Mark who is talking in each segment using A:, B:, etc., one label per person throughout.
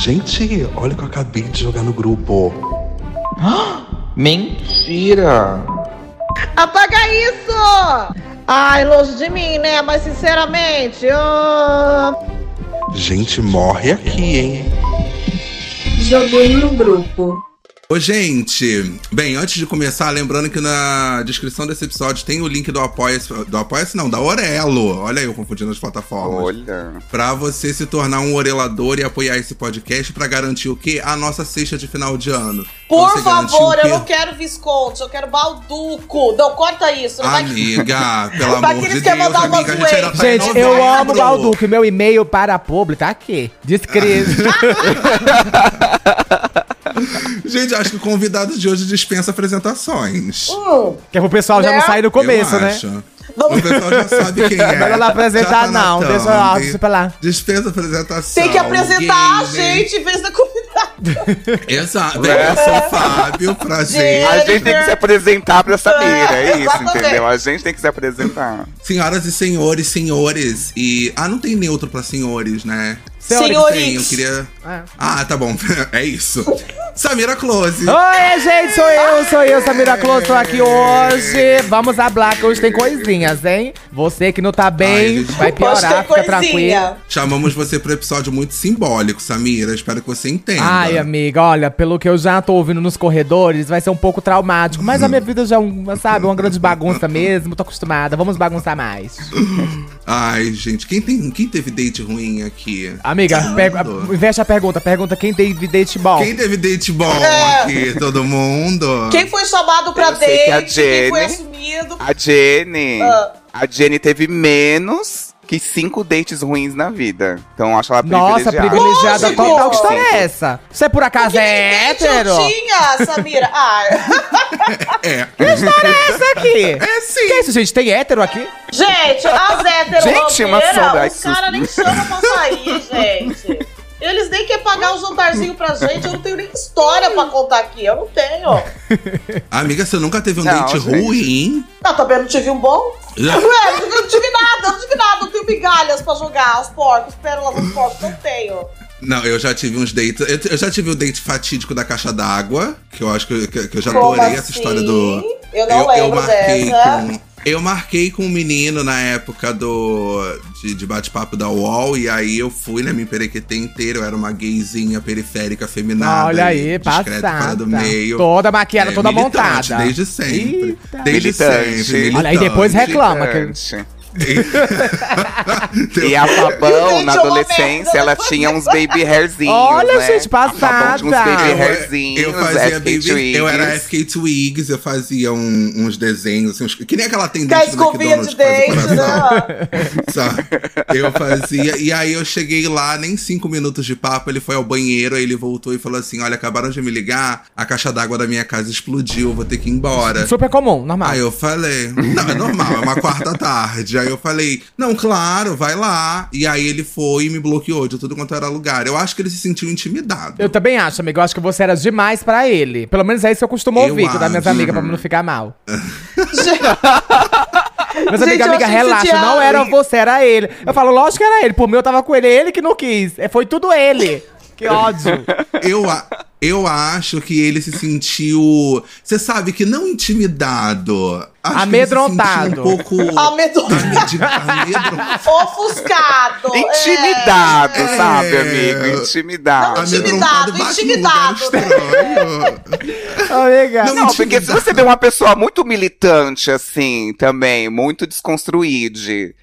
A: Gente, olha o que eu acabei de jogar no grupo.
B: Mentira!
C: Apaga isso! Ai, longe de mim, né? Mas sinceramente, eu.
A: Gente, morre aqui, hein?
D: Joguei no grupo.
E: Ô, gente, bem, antes de começar, lembrando que na descrição desse episódio tem o link do Apoia-se, do Apoia-se não, da Orelo. Olha aí eu confundindo as plataformas.
B: Olha.
E: Pra você se tornar um orelador e apoiar esse podcast pra garantir o quê? A nossa cesta de final de ano.
C: Por
E: Você garantir
C: favor,
E: o quê?
C: eu não quero Visconti, eu quero Balduco. Não, corta isso. Não vai-
E: Amiga, pelo amor
C: Pra aqueles
E: de
C: que
E: Deus,
C: mandar um uma
E: amiga, a gente ainda tá em
F: Gente, eu
E: novembro.
F: amo o Balduque. Meu e-mail para a publi tá aqui. Descrevo.
E: Gente, acho que o convidado de hoje dispensa apresentações.
C: Hum,
F: que é pro pessoal já não
C: Né?
F: sair no começo, né?
E: O pessoal já sabe quem é.
F: Melhor não apresentar,
E: Já tá na
F: não. Deixa eu ah,
E: thumb.
F: deixa pra lá.
E: Dispensa apresentação.
C: tem que apresentar a
E: gamer.
C: gente em vez da convidada.
E: Exato. Bem,
F: É.
E: eu sou o Fábio, prazer.
B: A gente tem que se apresentar pra Samira, é isso,
C: Exatamente.
B: entendeu? A gente tem que se apresentar.
E: Senhoras e senhores, senhores. E. Ah, não tem neutro pra senhores, né?
C: Senhorita.
E: Tem, eu queria.
F: É.
E: Ah, tá bom. É isso. Samira Close.
F: Oi, gente, sou eu, sou eu, Samira Close, tô aqui hoje. Vamos hablar que hoje tem coisinhas, hein? Você que não tá bem,
E: Ai, gente.
F: vai
C: Hoje
F: piorar, fica tranquilo.
E: Chamamos você pro episódio muito simbólico, Samira. Espero que você entenda.
F: Ai, amiga, olha, pelo que eu já tô ouvindo nos corredores, vai ser um pouco traumático. Mas a minha vida já é, um, sabe, uma grande bagunça mesmo, tô acostumada. Vamos bagunçar mais.
E: Ai, gente, quem, tem, quem teve date ruim aqui?
F: Amiga, pega,
E: mundo.
F: investe a pergunta. Pergunta quem teve date bom.
E: Quem teve date bom
C: É.
E: aqui, todo mundo?
C: Quem foi chamado pra
B: Eu sei que a
C: date, quem foi
B: Jenny-
C: assumido.
B: A Jenny.
C: Ah.
B: A Jenny teve menos que cinco dates ruins na vida. Então acho ela privilegiada.
F: Nossa, privilegiada
C: Lógico.
F: total. Que história é essa? Você por acaso é
C: Gente,
F: hétero?
C: Eu tinha, Samira. Ah,
E: É.
F: Isso aqui.
E: É sim.
F: Que isso, gente? Tem hétero aqui?
C: gente, as héteros
B: Gente, uma sombra, ai, que
C: os caras
B: susto.
C: nem chamam pra sair, gente. Eles nem querem pagar o jantarzinho pra gente. Eu não tenho nem história pra contar aqui. Eu não tenho.
E: Amiga, você nunca teve um
B: Não,
E: date
B: gente.
E: ruim?
C: Não, também não tive um bom. Ué, eu não tive nada, eu não tive nada. Eu tenho migalhas pra jogar aos porcos, pérolas aos porcos, não tenho.
E: Não, eu já tive uns dates. Eu, eu já tive o date fatídico da caixa d'água, que eu acho que, que- que eu já
C: Como
E: adorei essa
C: assim?
E: história do.
C: Eu não lembro dessa.
E: com. um Eu marquei com um menino na época do. de, de bate-papo da UOL, e aí eu fui, né? Me emperequetei inteiro. Eu era uma gayzinha periférica feminada.
F: Olha aí,
E: discreta, fora
F: passada.
E: do meio.
F: Toda maquiada,
E: É,
F: toda
E: militante,
F: montada.
E: Desde sempre.
F: Eita.
E: Desde
B: Militante.
E: sempre.
F: Olha, aí depois
E: militante.
F: reclama. Que...
B: Gigante.
E: Deu-
B: E a Fabão,
C: Gente,
B: na
C: é uma
B: adolescência,
C: merda.
B: ela tinha uns baby hairzinhos.
F: Olha,
B: né?
F: gente,
B: A Fabão tinha uns
F: passada.
B: baby
E: Eu-
B: hairzinhos.
E: Eu fazia
B: FK
E: baby,
B: Twigs.
E: eu era FK Twigs, eu fazia um- uns desenhos, assim, uns- que nem aquela
C: Com a
E: tendência do
C: escovinha
E: McDonald's
C: de
E: que faz o
C: dente,
E: coração,
C: né?
E: sabe? Eu fazia, e aí eu cheguei lá, nem cinco minutos de papo, ele foi ao banheiro, aí ele voltou e falou assim, olha, acabaram de me ligar, a caixa d'água da minha casa explodiu, vou ter que ir embora.
F: Super comum, normal.
E: Aí Ah, eu falei, não, é normal, é uma quarta tarde. Aí eu falei, não, claro, vai lá. E aí ele foi e me bloqueou de tudo quanto era lugar. Eu acho que ele se sentiu intimidado.
F: Eu também acho, amigo. Eu acho que você era demais pra ele. Pelo menos é isso que eu costumo
E: Eu
F: ouvir, que das minhas
E: acho.
F: amigas, pra não ficar mal. Mas
C: Gente,
F: amiga,
C: eu
F: amiga,
C: achei
F: relaxa,
C: incendiado.
F: não era você, era ele. Eu falo, lógico que era ele. Por mim, eu tava com ele, é ele que não quis. É, Foi tudo ele. Que ódio.
E: Eu, a- eu acho que ele se sentiu. Você sabe que não intimidado. Acho que ele se sentiu
F: Amedrontado.
E: um pouco.
C: Amedrontado.
E: Amedi- amedro-
C: Ofuscado.
B: Intimidado,
E: É.
B: sabe,
E: É.
B: amigo? Intimidado.
E: Amedrontado, bate
C: Intimidado,
E: num lugar
C: intimidado,
E: estranho.
F: amiga.
E: Não,
B: Não, porque se você vê uma pessoa muito militante, assim, também, muito desconstruída,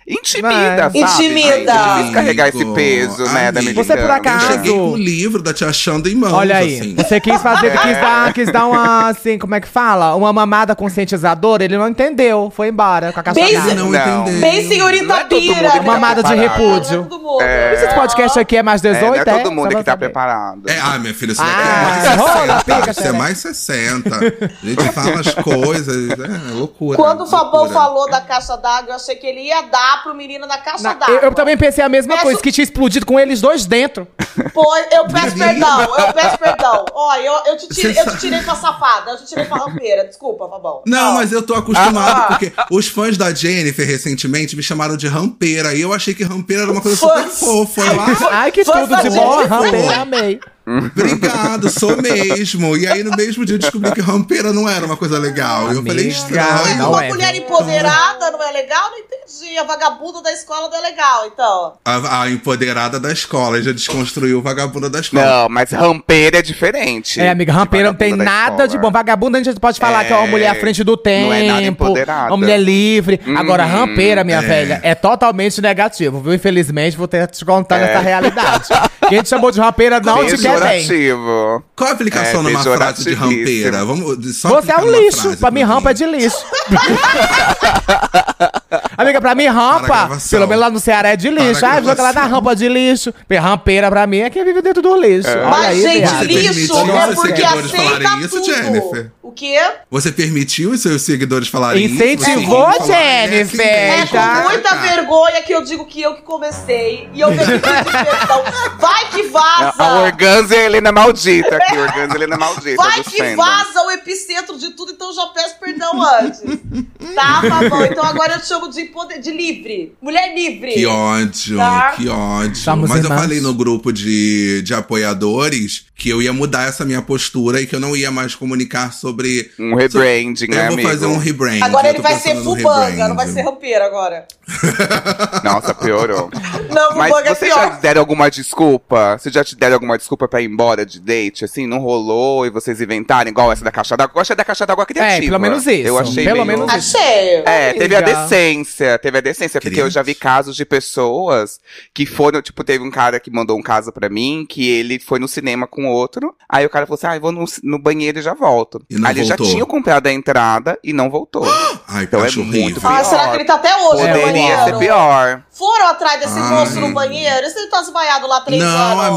B: intimida,
F: Vai.
B: sabe?
C: Intimida.
B: gente? É difícil carregar esse peso, né, da
E: Amigo,
B: militância.
F: Você por
E: Eu
F: acaso-
E: cheguei com o livro da Te Achando em mãos.
F: Olha aí,
E: assim.
F: você quis fazer, quis
B: É.
F: dar, quis dar uma, assim, como é que fala? Uma mamada conscientizadora, ele não entendeu, foi embora com a caixa
C: Bem-
E: Ah,
F: d'água.
E: não,
B: Não.
E: entendeu.
C: Bem senhorita
B: Não é todo mundo
C: Bira.
B: que tá
F: Mamada de
B: preparado.
F: repúdio.
C: Todo mundo.
F: Esse podcast aqui é mais
B: É,
F: 18,
B: não é todo
F: Só
B: mundo
F: pra
B: que tá
F: saber.
B: preparado.
E: É, ah, minha filha, isso daqui
F: Ah,
E: é mais 60.
F: rola, pica,
E: isso é mais 60. A gente fala as coisas, é, é loucura.
C: Quando o Fabão
E: loucura.
C: falou da caixa d'água, eu achei que ele ia dar pro menino da caixa
F: Na-
C: d'água.
F: eu, eu também pensei a mesma
C: Peço-
F: coisa, que tinha explodido com eles dois dentro.
C: Pois, eu peço perdão, eu peço perdão. Ó, eu, eu, te tirei,
E: Você
C: eu te tirei pra safada, eu te tirei pra rampeira. Desculpa, Fabão.
E: Não, mas eu tô acostumado, porque os fãs da Jennifer recentemente me chamaram de rampeira. E eu achei que rampeira era uma coisa super
C: Fãs.
E: fofa. Eu, ah,
F: Ai, que
C: Fãs
F: tudo
C: da
F: de bom.
C: Jennifer.
F: Amei, amei.
E: Obrigado, sou mesmo. E aí no mesmo dia eu descobri que rampeira não era uma coisa legal. E eu falei,
F: Amiga,
E: estranho.
F: não
C: uma
F: é,
C: mulher empoderada não é legal? Não entendi. A vagabunda da escola não é legal, então.
E: A, a empoderada da escola já desconstruiu o vagabundo da escola.
B: Não, mas rampeira é diferente.
F: É, amiga, rampeira não tem
B: Vagabunda da
F: nada de
B: escola.
F: bom. Vagabunda a gente pode falar
B: É,
F: que é uma mulher à frente do tempo.
B: não é nada empoderada.
F: Uma mulher livre.
B: Hum,
F: Agora, rampeira, minha
E: é.
F: velha, é totalmente negativo, viu? Infelizmente, vou ter que te contar
B: É.
F: nessa realidade. Quem te chamou de rampeira não te quer bem.
B: Pejorativo.
E: Qual a aplicação
B: É,
E: numa frase de
B: pejorativíssimo.
E: rampeira? Vamos, só
F: Você é
E: aplicar
F: um
E: numa
F: lixo.
E: frase
F: Pra mim,
E: mim.
F: rampa é de lixo. Amiga, pra mim, rampa,
E: gravação.
F: pelo menos lá no Ceará é de lixo.
E: Para
F: Ah, joga lá na
E: gravação.
F: rampa de lixo. Porque Rampeira, pra mim, é quem vive dentro do lixo.
B: É.
F: Olha
C: Mas,
F: aí,
C: gente,
E: Você
F: viado.
C: lixo
E: permitiu
C: é
E: os
C: porque
E: seguidores
C: aceita
E: falarem isso,
C: tudo.
E: Jennifer?
C: O quê?
E: Você permitiu os seus seguidores falarem
F: Incentivou,
E: isso? Você né, permitiu
F: Jennifer,
E: falar,
C: É
E: "Essa ideia,
F: tá?
C: com muita
E: então, cara."
C: vergonha que eu digo que eu que comecei. E eu pedi perdão. Vai que
B: A, a
C: vaza!
B: Organza é a Helena Maldita aqui, a Organza é a Helena Maldita.
C: Vai
B: dos
C: que
B: fandoms.
C: vaza o epicentro de tudo, então eu já peço perdão antes. Tá, tá bom. Então agora eu te chamo de, poder, de livre. Mulher livre.
E: Que ódio,
C: Tá.
E: que ódio.
F: Somos
E: Mas eu
F: irmãs.
E: falei no grupo de, de apoiadores que eu ia mudar essa minha postura e que eu não ia mais comunicar sobre.
B: Um rebranding, né,
E: eu vou
B: amigo?
E: fazer um rebrand.
C: Agora
E: eu
C: ele
E: tô
C: vai ser
E: pensando no
C: fubanga, não vai
E: rebrand.
C: ser rampeiro agora.
B: Nossa, piorou.
C: Não,
B: Mas
C: fubanga é
B: vocês já
C: pior.
B: deram alguma desculpa? Vocês já te deram alguma desculpa pra ir embora de date? Assim, não rolou e vocês inventaram igual essa da caixa d'água? Eu achei da caixa d'água criativa.
F: É, pelo menos isso.
B: Eu achei
F: Pelo
B: meio-
F: menos isso.
C: Achei.
B: É,
F: Amiga.
B: teve a decência, teve a decência, porque eu
E: Criança.
B: já vi casos de pessoas que foram, tipo, teve um cara que mandou um caso pra mim, que ele foi no cinema com outro, aí o cara falou assim, ah, eu vou no, no banheiro e já volto.
E: E não
B: aí ele já
E: voltou.
B: tinha comprado a entrada e não voltou.
E: Ai,
B: Então é
E: acho
B: muito
E: horrível.
B: fácil.
C: Ah, será que ele tá até hoje no
B: Poderia ser
C: banheiro?
B: pior.
C: Foram atrás desse
E: Ai.
C: moço no banheiro? E se ele tá desmaiado lá três anos?
E: Ah, Não,
C: Ah.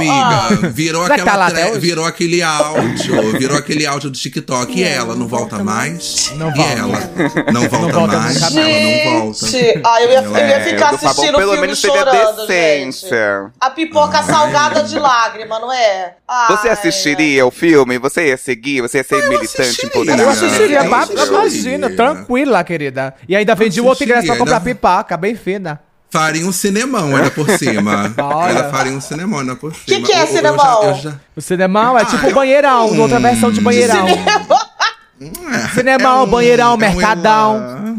E: amiga, virou,
F: Será que tá
E: aquela
F: lá
E: tre-
F: até hoje?
E: virou aquele áudio, virou aquele áudio do TikTok. E ela não volta mais?
F: Não
E: e
F: volta.
E: ela não volta
F: volta
E: mais?
F: nunca
E: Ela não volta.
C: Gente, ah, eu ia, eu ia
B: É,
C: ficar
B: do Fabão,
C: assistindo o
B: pelo
C: filme
B: menos teve a
C: chorando, gente.
B: decência.
C: A pipoca salgada de lágrima, não é?
B: Você
C: Ai,
B: assistiria o filme? Você ia seguir? Você ia ser militante
E: assistiria.
F: Eu
B: empoderado?
F: assistiria,
E: Eu
F: pá,
E: assistiria.
F: imagina, tranquila, querida. E ainda vendi o outro ingresso pra
E: assistiria,
F: comprar
E: né?
F: pipoca, bem fina.
E: Faria um cinemão ainda por cima.
F: Olha.
E: Ela faria um cinemão ainda por cima.
C: que é
E: Eu- eu já-
C: cinemão?
E: eu já-
F: O cinemão é
E: Ah,
F: tipo
E: eu-
F: banheirão, outra versão de banheirão.
E: é um
F: Cinemão, banheirão, mercadão.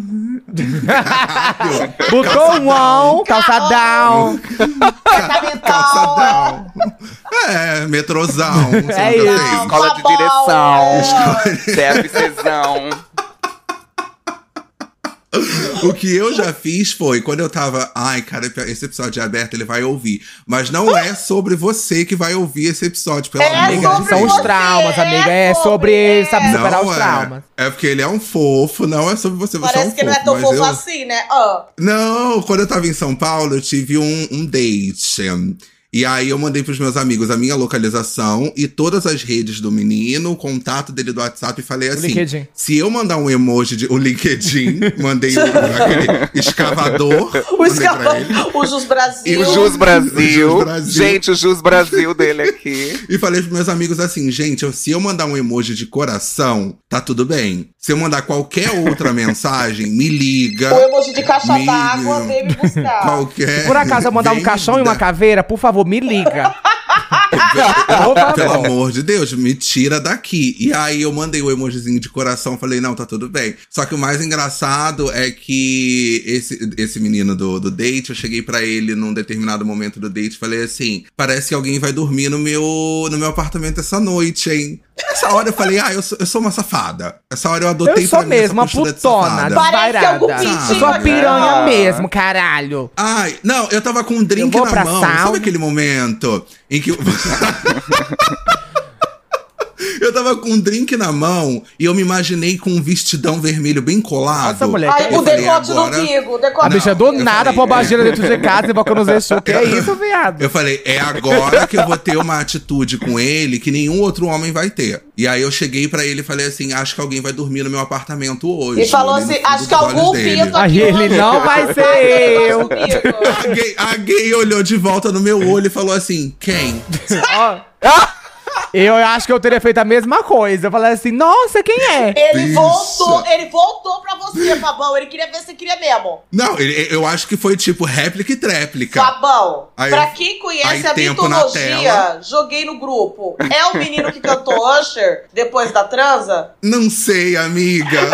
F: Botou um on, calçadão.
C: então, Sacramental,
E: Calçadão. É, metrozão.
F: É
E: sabe?
F: isso.
B: Escola de
C: Fabão, é.
B: direção. Chefe Cezão.
E: O que eu já fiz foi, quando eu tava. Ai, cara, esse episódio é aberto, ele vai ouvir. Mas não é sobre você que vai ouvir esse episódio, pelo
C: É
E: amor de
F: Amiga,
E: Deus.
C: sobre
F: são os
C: você,
F: traumas,
C: é
F: amiga. É sobre
C: sobre-
F: ele, sabe
C: é.
F: superar
E: Não
F: os
E: é.
F: traumas.
E: É porque ele é um fofo, não é sobre você. você é um
C: Parece
E: fofo,
C: que não é tão
E: mas
C: fofo
E: eu-
C: assim, né? Ah.
E: Não, quando eu tava em São Paulo, eu tive um, um date. E aí eu mandei pros meus amigos a minha localização e todas as redes do menino, o contato dele do WhatsApp e falei assim:
F: LinkedIn.
E: se eu mandar um emoji de o LinkedIn, mandei o, aquele escavador,
C: O
E: mandei pra ele.
C: escapão, o Jus Brasil.
E: E
B: O Jus Brasil.
E: O Jus Brasil.
B: Gente, o Jus Brasil dele aqui.
E: E falei pros meus amigos assim, gente, eu- se eu mandar um emoji de coração, tá tudo bem. Se eu mandar qualquer outra mensagem, me liga.
C: O emoji de caixa
E: Milho.
C: d'água veio me buscar.
E: Qualquer.
F: Por acaso eu mandar um
E: Vem
F: caixão e uma
E: da-
F: caveira, por favor, me liga. Por
E: Pelo
F: favor.
E: amor de Deus, me tira daqui. E aí eu mandei o emojizinho de coração, falei, não, tá tudo bem. Só que o mais engraçado é que esse, esse menino do, do date, eu cheguei pra ele num determinado momento do date e falei assim: parece que alguém vai dormir no meu, no meu apartamento essa noite, hein? Nessa hora eu falei, ah, eu sou, eu sou uma safada. Essa hora eu adotei
F: Eu sou
E: pra mim essa
F: mesmo, uma
E: postura de
F: putona,
E: safada.
C: Parece é algum
F: desvairada.
C: pintinho
F: Eu sou a
C: aqui,
F: piranha
B: ó.
F: mesmo, caralho.
E: Ai, não, eu tava com um
F: Eu
E: drink
F: vou pra
E: na mão.
F: sauna.
E: Sabe aquele momento em que. eu tava com um drink na mão e eu me imaginei com um vestidão vermelho bem colado.
F: Nossa, mulher,
C: Aí,
F: Eu
C: o
E: é falei,
C: decote no
E: agora-
C: umbigo. o
F: A
C: decote no
F: bicha do
C: umbigo.
F: nada
B: falei,
F: pô
B: é.
F: bageira dentro de casa e bocando os exu. Que é isso, viado?
E: Eu falei, é agora que eu vou ter uma atitude com ele que nenhum outro homem vai ter. E aí eu cheguei pra ele e falei assim: acho que alguém vai dormir no meu apartamento hoje.
C: E falou
E: Olhei no
C: assim,
E: fundo
C: acho que
E: dos olhos
C: algum
E: dele.
C: pinto
F: Aí
C: aqui.
F: ele
C: hoje
F: não vai ser eu.
C: no umbigo.
E: A gay, a gay olhou de volta no meu olho e falou assim: quem?
F: Ó, Eu acho que eu teria feito a mesma coisa. Eu falei assim, nossa, quem é?
C: Ele
E: Bicha.
C: voltou, ele voltou pra você, Fabão. Ele queria ver se queria mesmo.
E: Não, ele- eu acho que foi tipo réplica e tréplica.
C: Fabão,
E: Aí-
C: pra quem conhece
E: aí
C: a
E: tempo na
C: mitologia,
E: tela.
C: joguei no grupo. É o menino que cantou Usher depois da transa?
E: Não sei, amiga.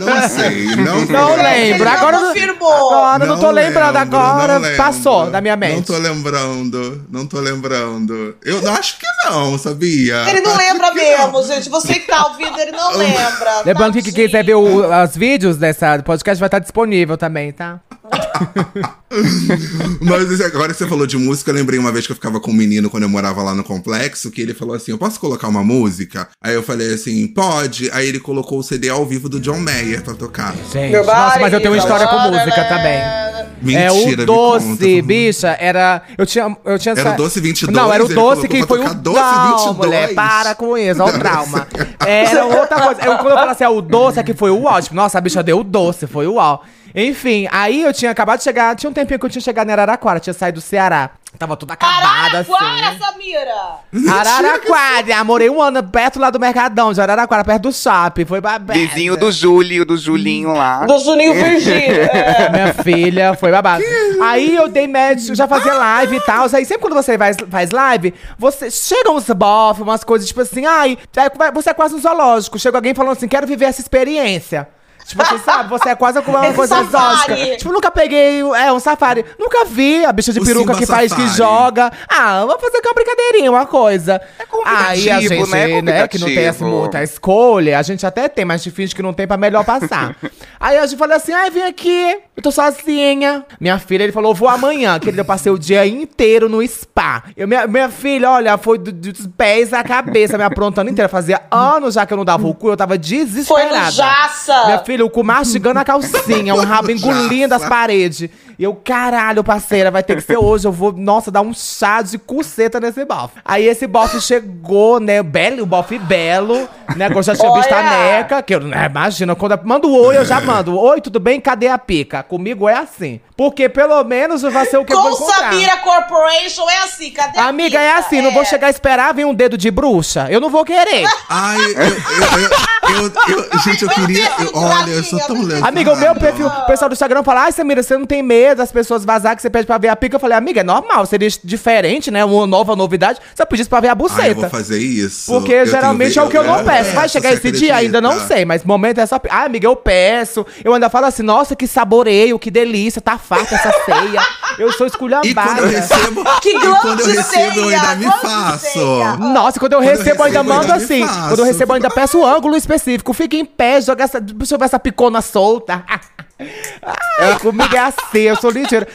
E: não sei, não
F: Não
E: sei.
C: Ele
F: lembro.
C: não
F: Agora,
C: confirmou.
F: agora não, tô lembrando.
E: lembro,
F: Agora
E: não lembro.
F: passou da minha mente.
E: Não tô lembrando, não tô lembrando. Eu não- acho que não, sabia?
C: Ele não lembra
E: Acho Ah, que não.
C: mesmo, gente. Você que tá ouvindo, ele não lembra. tá
F: Lembrando que quem
C: Tadinho.
F: quiser ver o- os vídeos dessa podcast vai estar disponível também, tá?
E: Mas isso- agora que você falou de música, eu lembrei uma vez que eu ficava com um menino quando eu morava lá no complexo, que ele falou assim: Eu posso colocar uma música? Aí eu falei assim: Pode. Aí ele colocou o CD ao vivo do John Mayer pra tocar.
F: Gente,
C: Your
F: nossa,
C: body
F: mas eu tenho uma
C: is a
F: história com
C: wonderland.
F: música também.
C: né?
E: Mentira,
F: é
E: me
F: o
E: conta,
F: doce,
E: por favor.
F: bicha, era. Eu tinha. Eu tinha
E: Era o doce 22,
F: Não, era o
E: ele colocou
F: doce que
E: pra
F: foi
E: tocar
F: um.
E: doce
F: não,
E: 22.
F: mulher, para com isso, olha o trauma. Era outra coisa. Eu, quando eu falo assim, é o doce, é que foi o ótimo. Nossa, a bicha deu o doce, foi o uau. Enfim, aí eu tinha acabado de chegar. Tinha um tempinho que eu tinha chegado em Araraquara, tinha saído do Ceará. Tava toda acabada, assim.
C: Araraquara, Samira!
F: Araraquara, morei um ano perto lá do Mercadão, de Araraquara, perto do shopping. Foi babado.
B: Vizinho do Júlio, do Julinho lá.
C: Do Juninho Virgílio. é.
F: Minha filha, foi babado. Aí eu dei match, já fazia live e tal. Aí sempre quando você faz, faz live, você chega uns bof, umas coisas tipo assim, ai, é- vai- você é quase um zoológico. Chega alguém falando assim, quero viver essa experiência. Tipo, você sabe, você é quase uma
C: Esse
F: coisa
C: safari.
F: exótica. Tipo, nunca peguei, é, um safari. Nunca vi a bicha de
E: O
F: peruca
E: Simba
F: que faz, que
E: safari.
F: joga. Ah, eu vou fazer aqui uma brincadeirinha, uma coisa. É
B: convidativo,
F: Aí a gente,
B: né? É
F: que não tem assim,
B: convidativo.
F: muita escolha, a gente até tem, mas a gente finge que não tem pra melhor passar. Aí a gente falou assim: ai, vem aqui, eu tô sozinha. Minha filha, ele falou, vou amanhã, querida, eu passei o dia inteiro no spa. Eu, minha, minha filha, olha, foi do- dos pés à cabeça, me aprontando inteira. Fazia anos já que eu não dava o cu, eu tava
C: Foi
F: desesperada.
C: no Jaça.
F: é Minha filha, o cu mastigando a calcinha, o rabo engolindo as paredes. E eu, caralho, parceira, vai ter que ser hoje. Eu vou, nossa, dar um chá de cuceta nesse bofe. Aí esse bofe chegou, né? Belo, o bofe belo, né? Que eu já tinha visto a
C: Olha!
F: neca, que eu não imagino. Quando eu mando oi, eu já mando. Oi, tudo bem? Cadê a pica? Comigo é assim. Porque pelo menos vai ser o que eu vou
C: Com
F: encontrar.
C: Samira Corporation é assim, cadê a
F: Amiga, é
C: fita?
F: assim, não vou chegar a esperar vir um dedo de bruxa. Eu não vou querer.
E: Ai, eu, eu, eu, eu- eu- Gente, eu
C: Meu
E: queria.
C: Deus,
E: eu- olha, eu sou tão lento.
F: Amiga, o meu perfil, o pessoal do Instagram fala: Ai, Samira, você não tem medo das pessoas vazar que você pede pra ver a pica? Eu falei, amiga, é normal, seria diferente, né? Uma nova novidade. Se eu pedisse pra ver a
E: Ai, eu vou
F: buceta.
E: fazer isso.
F: porque
E: Eu tenho
F: geralmente é o que eu não
E: vergonha. né?
F: peço. Vai chegar
E: Você
F: esse dia, ainda não
E: acredita?
F: sei, mas momento é só. pe- Ah, amiga, eu peço. Eu ainda falo assim, nossa, que saboreio, que delícia, tá farta essa ceia. Eu sou
E: E quando eu
F: esculhambada.
E: recebo,
C: Que
E: e quando eu
C: glande
E: recebo eu
C: ceia,
E: ainda me
C: glande
E: faço.
C: ceia.
F: Nossa, quando eu
E: Quando eu
F: recebo, eu ainda
E: recebo, eu
F: mando
E: ainda me
F: assim.
E: faço.
F: Quando eu recebo, eu ainda peço um ângulo específico. Fica em pé, joga essa, deixa eu ver essa picona solta. Ai, comigo é assim, eu sou ligeira.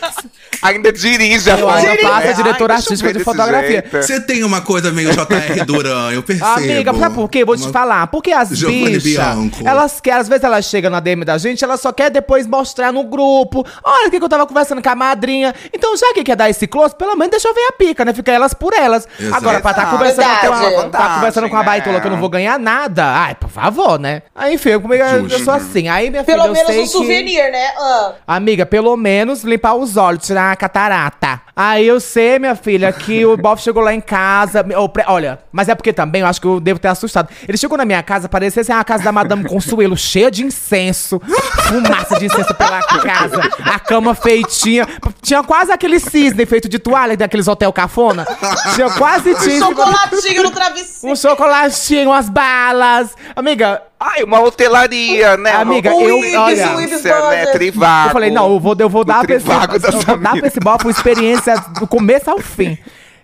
B: Ainda dirige a
F: Eu ainda
B: foto,
F: faço
B: né?
F: a diretora
B: Ai, deixa eu
F: artística de
B: ver desse
F: fotografia.
B: jeito.
E: Você tem uma coisa meio JR Duran, eu percebo.
F: Amiga, sabe por quê? Vou te
E: Uma-
F: falar. Porque as
E: Giovanni
F: bichas,
E: Bianco.
F: elas querem, às vezes elas chegam na DM da gente, elas só querem depois mostrar no grupo. Olha o que que eu tava conversando com a madrinha. Então, já que quer dar esse close, pelo menos deixa eu ver a pica, né? Fica elas por elas.
E: Exato. né?
F: Agora, pra tá
B: Exato.
F: conversando
C: Ah, Verdade.
F: com a, tá conversando com a
B: Vantagem,
F: baitola que eu não vou ganhar nada. Ai, por favor, né? Aí, enfim, eu, eu, eu
E: Justo.
F: sou assim. Aí, minha
C: Pelo
F: filha, eu
C: menos
F: sei
C: um
F: que...
C: souvenir, né? Ah.
F: Amiga, pelo menos limpar os olhos, tirar a catarata. Aí eu sei, minha filha, que o Bob chegou lá em casa. eu pre- Olha, mas é porque também eu acho que eu devo ter assustado. Ele chegou na minha casa, parecia ser a casa da Madame Consuelo, cheia de incenso, fumaça de incenso pela casa, a cama feitinha. Tinha quase aquele cisne feito de toalha daqueles hotel cafona. Tinha quase tinha
C: Chocolatinho no travesseiro.
F: um chocolatinho, umas balas. Amiga,
B: Ai, uma hotelaria, né?
F: Amiga,
B: uma
F: eu-
B: coincidência,
F: olha.
B: né? Trivago.
F: Eu falei, não, eu vou, eu vou dar
B: O
F: pra esse,
B: trivago da
F: eu vou dar
B: Samira.
F: pra esse bafo experiência do começo ao fim.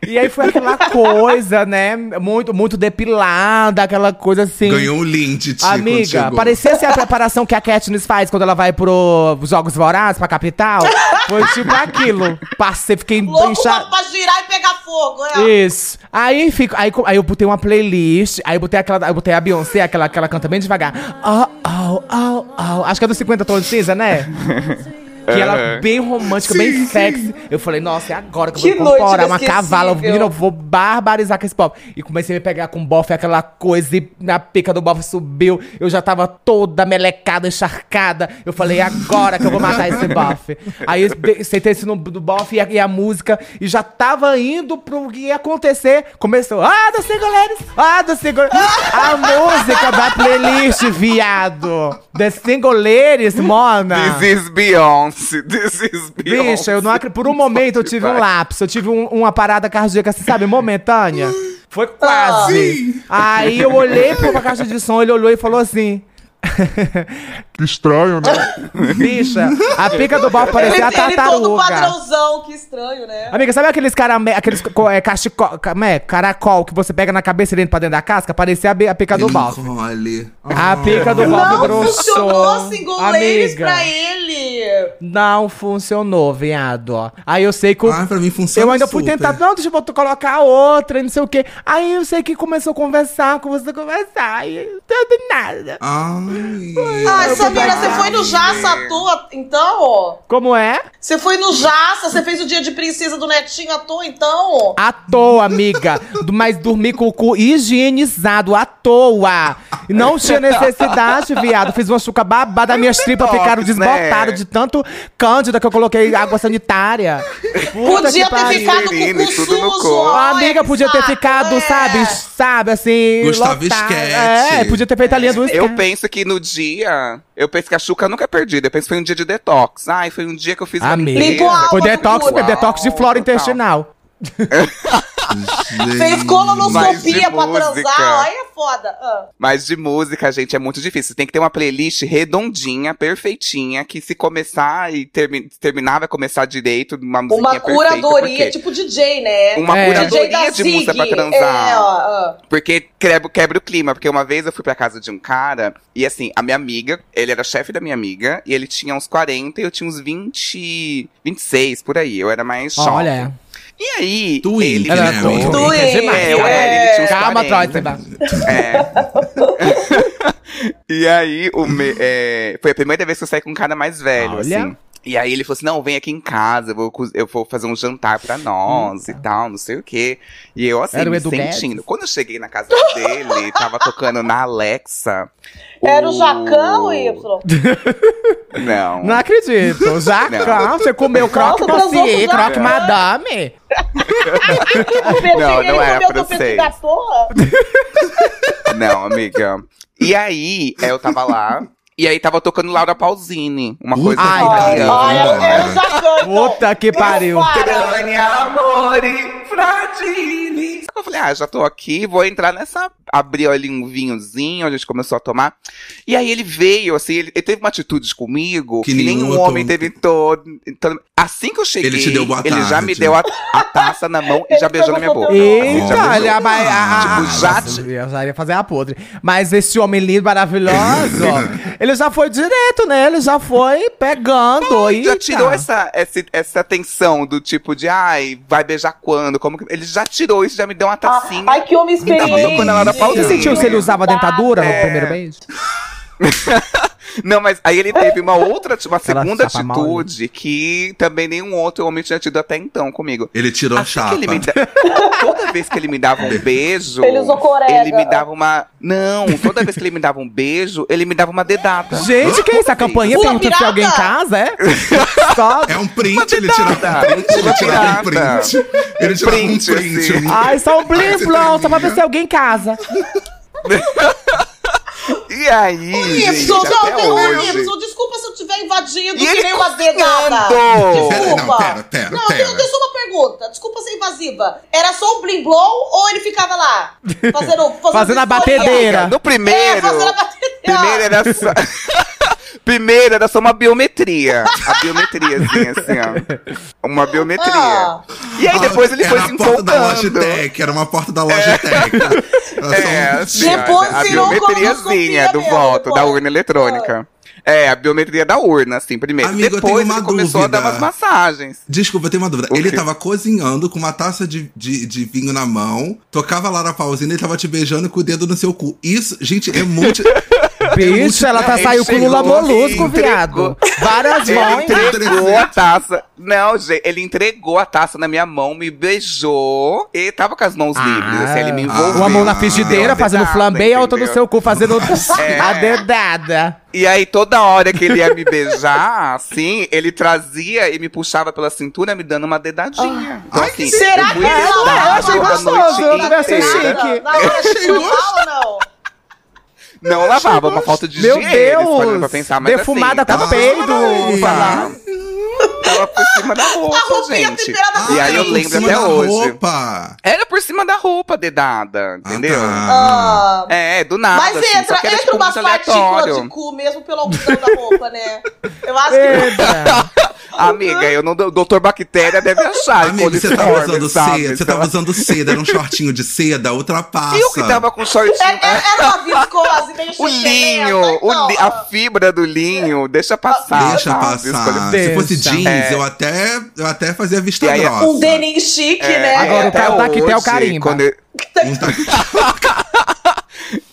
F: E aí foi aquela coisa, né? Muito, muito depilada, aquela coisa assim.
B: um
E: Ganhou um o Lindt,
F: Amiga, parecia ser a preparação que a Katniss faz quando ela vai pro Jogos Vorazes, pra capital. Foi tipo aquilo. Passei, fiquei
C: Louco
F: incha-
C: pra- pra girar e pegar fogo. né?
F: isso. Aí, fico, aí, co- aí eu botei uma playlist, aí eu botei aquela. da- Eu botei a Beyoncé, aquela que ela canta bem devagar. Oh, oh, oh, oh. Acho que é dos 50 tons de cinza, né? Que ela
B: Aham.
F: bem romântica, bem sexy. Eu falei, nossa, é agora que eu vou
C: Que noite
F: incorporar uma
C: inesquecível.
F: cavala. Menina, eu vou barbarizar com esse pop. E comecei a me pegar com o bofe, aquela coisa, e na pica do bofe subiu. Eu já tava toda melecada, encharcada. Eu falei, agora que eu vou matar esse bofe. Aí eu de- sentei esse no do bofe e a, e a música, e já tava indo pro que ia acontecer. Começou, ah, dos singoleiros, ah, dos singoleiros. A música da playlist, viado. The singoleiros, mona.
B: This is Beyoncé. This is Beyoncé.
F: Bicha, eu não acredito. Por um momento eu tive um lapso, eu tive um- uma parada cardíaca, você sabe, momentânea. Foi
C: Ah,
F: quase. Aí eu olhei pra caixa de som, ele olhou e falou assim. que estranho, né? Bicha, a pica do balde
C: Ele,
F: parecia é a
C: ele todo
F: tartaruga.
C: padrãozão, que estranho, né?
F: Amiga, sabe aqueles, carame... aqueles co- é, cachecol, como é? caracol que você pega na cabeça e dentro pra dentro da casca? Parecia a, be- a pica do balde.
E: Nicole.
F: A pica do balde
C: Não
F: grossou.
C: funcionou singoleiros
F: Amiga.
C: pra ele.
F: Não funcionou, viado. ó. Aí eu sei que o
E: Ah, pra mim funciona
F: Eu ainda fui
E: super.
F: tentar, não, deixa eu botar- colocar outra, não sei o quê. Aí eu sei que começou a conversar, começou a conversar, e tudo e nada.
E: Ai.
C: Ai, Samira,
F: pegar.
C: você foi no Jaça à toa, então? ó?
F: Como é?
C: Você foi no Jaça, você fez o dia de princesa do Netinho à toa, então?
F: À toa, amiga. Do- Mas dormi com o cu higienizado, à toa. Não tinha necessidade, viado. Fiz uma chuca babada, minhas tripas
B: tops,
F: ficaram desbotadas
B: né?
F: de tanto cândida que eu coloquei água sanitária. Puta
C: Podia
F: que
C: ter
F: pariu.
C: ficado com
B: Irene,
C: o cu
B: tudo no
C: sujo,
B: corpo.
C: ó,
F: A amiga podia ter
C: saco,
F: ficado,
C: é.
F: sabe, sabe, assim.
E: Gustavo
F: lotada.
E: Sketch.
F: É, podia ter feito a linha do
B: Eu
F: Sketch.
B: penso que no dia. Eu penso que a Xuca nunca é perdida. Eu penso que foi um dia de detox. Ai, foi um dia que eu fiz uma
F: Amiga.
B: limpeza.
C: Limpou a alma
F: Foi
C: do
F: detox,
C: cu,
F: foi detox de flora
B: Total.
F: intestinal.
C: Fez
B: Mas de
C: colonoscopia pra
B: música.
C: transar, ó, aí é foda. Ah.
B: Mas de música, gente, é muito difícil. Tem que ter uma playlist redondinha, perfeitinha, que se começar e termi- terminar, vai começar direito, uma musiquinha
C: Uma
B: é perfeita.
C: curadoria,
B: porque-
C: tipo DJ, né?
B: Uma
F: É.
C: DJ da
B: curadoria de música pra
C: Zig.
B: transar.
C: É, ó, ó.
B: Porque quebra, quebra o clima. Porque uma vez eu fui pra casa de um cara, e assim, a minha amiga, ele era chefe da minha amiga, e ele tinha uns 40 e eu tinha uns 20, 26 por aí. Eu era mais jovem.
F: Olha.
B: E aí,
E: Tu
B: ele
E: ia, né,
B: ficou-
E: amiga?
C: Tu
B: É,
C: ia,
B: eu era, ele tinha uns
F: Calma,
B: 40.
F: Troy. Seba.
B: É. e aí, o me- é, foi a primeira vez que eu saí com um cara mais velho,
F: Olha.
B: assim. E aí ele falou assim, não, vem aqui em casa, eu vou, co- eu vou fazer um jantar pra nós e tal, não sei o quê. E eu, assim,
F: Era o
B: me
F: Edu
B: sentindo.
F: Guedes?
B: Quando eu cheguei na casa dele, tava tocando na Alexa.
C: Era o Jacão, Y.
B: Não.
F: Não acredito. Jacão, você comeu croque
C: Nossa, transou
F: monsieur,
C: com Jacquin.
B: É.
F: croque madame.
C: O Pedrinho,
B: Não,
C: ele
B: não era
C: comeu
B: pra
C: topete
B: vocês.
C: da toa?
B: Não, amiga. E aí, é, eu tava lá. E aí tava tocando Laura Pausini. Uma coisa
F: Ai,
C: tá
B: italiana.
E: não,
C: Olha,
E: não,
C: era
E: não.
C: o Jacão, então.
F: Puta que pariu.
B: Giovanni Amore, Fratini. Só que Eu falei, ah, já tô aqui, vou entrar nessa. Abri ali um vinhozinho, a gente começou a tomar. E aí ele veio, assim, ele, ele teve uma atitude comigo
E: Que
B: que,
E: nenhum
B: nenhum
E: outro-
B: homem teve todo. todo- Assim que eu cheguei,
E: Ele te deu boa
B: ele já
E: tarde.
B: me deu a, a taça na mão e já
C: Ele
B: beijou na minha
C: provocou
B: boca.
C: teu nome.
B: Ele já
F: Eita,
B: beijou.
F: ele é a, a, a,
B: Tipo, já
F: Nossa,
B: te-
F: Eu já ia fazer a podre. Mas esse homem lindo, maravilhoso, ele já foi direto, né? Ele já foi pegando.
B: Ele já
F: Eita.
B: tirou essa, essa, essa tensão do tipo de, ai, vai beijar quando? Como que... Ele já tirou isso, já me deu uma
C: Ah,
B: tacinha.
C: Ai, que homem experiente.
B: Tava tocando ela na pausa.
F: Você sentiu se ele usava dentadura no
B: É.
F: primeiro beijo?
B: Não, mas aí ele teve uma outra, uma
F: Aquela
B: segunda
F: chapa mole.
B: atitude que também nenhum outro homem tinha tido até então comigo.
E: Ele tirou a
B: Assim que
E: chapa.
B: ele me da- Toda vez que ele me dava um beijo,
C: Ele usou corega.
B: ele me dava uma. Não, toda vez que ele me dava um beijo, ele me dava uma dedada.
F: Gente, que é isso? A campainha
C: Ua,
F: pergunta se
C: pirata!
F: alguém em casa, é? Só
E: É um print, ele tirou um
B: dedada.
E: print. Ele
B: Uma
E: tirou um
B: dedada. É
E: print. Ele tirou um
B: Print,
E: print.
B: assim.
E: um-
F: Ai, só um
E: Ai,
F: blim
E: você
F: blom, só pra ver
E: termina.
F: se alguém em casa.
B: E aí, gente,
C: Y,
B: até
C: não,
B: hoje.
C: Y, desculpa se eu tiver invadido,
B: E
C: que
B: ele
C: nem uma dedada.
B: cozinhando!
E: Pera, não,
C: Desculpa.
E: pera, pera,
C: Não,
E: pera.
C: eu tenho só uma pergunta. Desculpa ser invasiva. Era só um blim blom ou ele ficava lá? Fazendo, fazendo,
F: Fazendo a
C: vistoria?
F: batedeira.
B: No
C: É,
B: primeiro.
C: fazendo a batedeira.
B: Primeiro era só. Primeiro era só uma biometria. A biometriazinha, assim, ó. Uma biometria.
C: Ah.
B: E aí depois ele
E: um era
B: foi se
E: a porta da
B: empolgando.
E: Logitech, era uma porta da Logitech.
B: É,
E: Era só um
B: assim, ó,
C: Depois
B: a
C: virou colonoscopia
B: biometriazinha do
C: mesmo,
B: voto, da
C: pô.
B: urna eletrônica. É, a biometria da urna, assim, primeiro.
E: Amigo, eu tenho
B: depois
E: uma
B: ele começou a dar
E: dúvida.
B: umas massagens.
E: Desculpa, eu tenho uma dúvida.
B: O
E: Ele
B: quê?
E: tava cozinhando com uma taça de, de, de vinho na mão, tocava lá na pausinha, ele tava te beijando com o dedo no seu cu. Isso, gente, é muito.
F: Bicho, ela tá
B: Ele
F: saiu com o Lula
B: um chegou,
F: Molusco,
B: entregou.
F: viado. Várias
B: Ele
F: mãos.
B: entregou a taça. Não, gente, ele entregou a taça na minha mão, me beijou e tava com as mãos livres. Assim, ele me envolveu.
F: Ah. Uma mão na frigideira
B: Deu
F: fazendo
B: dedada,
F: flambé e a outra no
B: entendeu? É.
F: seu cu fazendo a dedada.
B: E aí, toda hora que ele ia me beijar, assim, ele trazia e me puxava pela cintura, me dando uma dedadinha. Então,
E: Ai, que
B: assim,
E: delícia.
C: Será
B: eu
C: que
B: fui
C: não?
B: toda
C: Eu achei
B: noite
F: gostoso, eu
B: inteira.
F: também achei chique.
C: Na hora de chutar ou não?
B: Não lavava, uma falta de
F: Meu
B: higiene.
F: Deus!
B: parando pra pensar, mas
F: Defumada
B: assim,
F: com
B: tava-
F: peido. falar.
B: Tava por cima da roupa,
C: A roupinha
B: gente.
C: temperada com
B: E aí eu
C: leite.
B: lembro
E: Em cima
B: até
E: da
B: hoje.
E: Roupa.
B: Era por cima da roupa, dedada, entendeu?
E: Ah, tá.
C: Ah,
B: É, do nada.
C: mas
B: assim,
C: entra,
B: só que era,
C: entra
B: tipo,
C: umas
B: muito
C: partículas de
B: aleatório.
C: cu mesmo pelo algodão da roupa, né? Eu acho que.
F: Eita.
B: Amiga, eu não, o doutor Bactéria deve achar.
E: Amigo, você tava
F: tá
B: coliforme,
E: usando
B: Ah, sabe?
E: seda, você
B: Então,
E: tava usando seda, era um shortinho de seda, ultrapassa.
B: E o que tava com shortinho?
C: É- é- Era uma viscose meio
B: O
C: chequelenta,
B: linho, o
C: então, Ah,
B: li- a fibra do linho, deixa passar.
E: Deixa
B: sabe?
E: passar.
B: Escolhe-
E: Se fosse
F: Deixa.
E: jeans,
B: É.
E: eu até, eu até fazia vista
B: E aí, é
E: grossa.
C: Um denim chique, né?
F: agora o
B: até
F: Theo tá aqui, Theo
B: hoje,
F: carimba.
B: quando eu-
E: Um tá-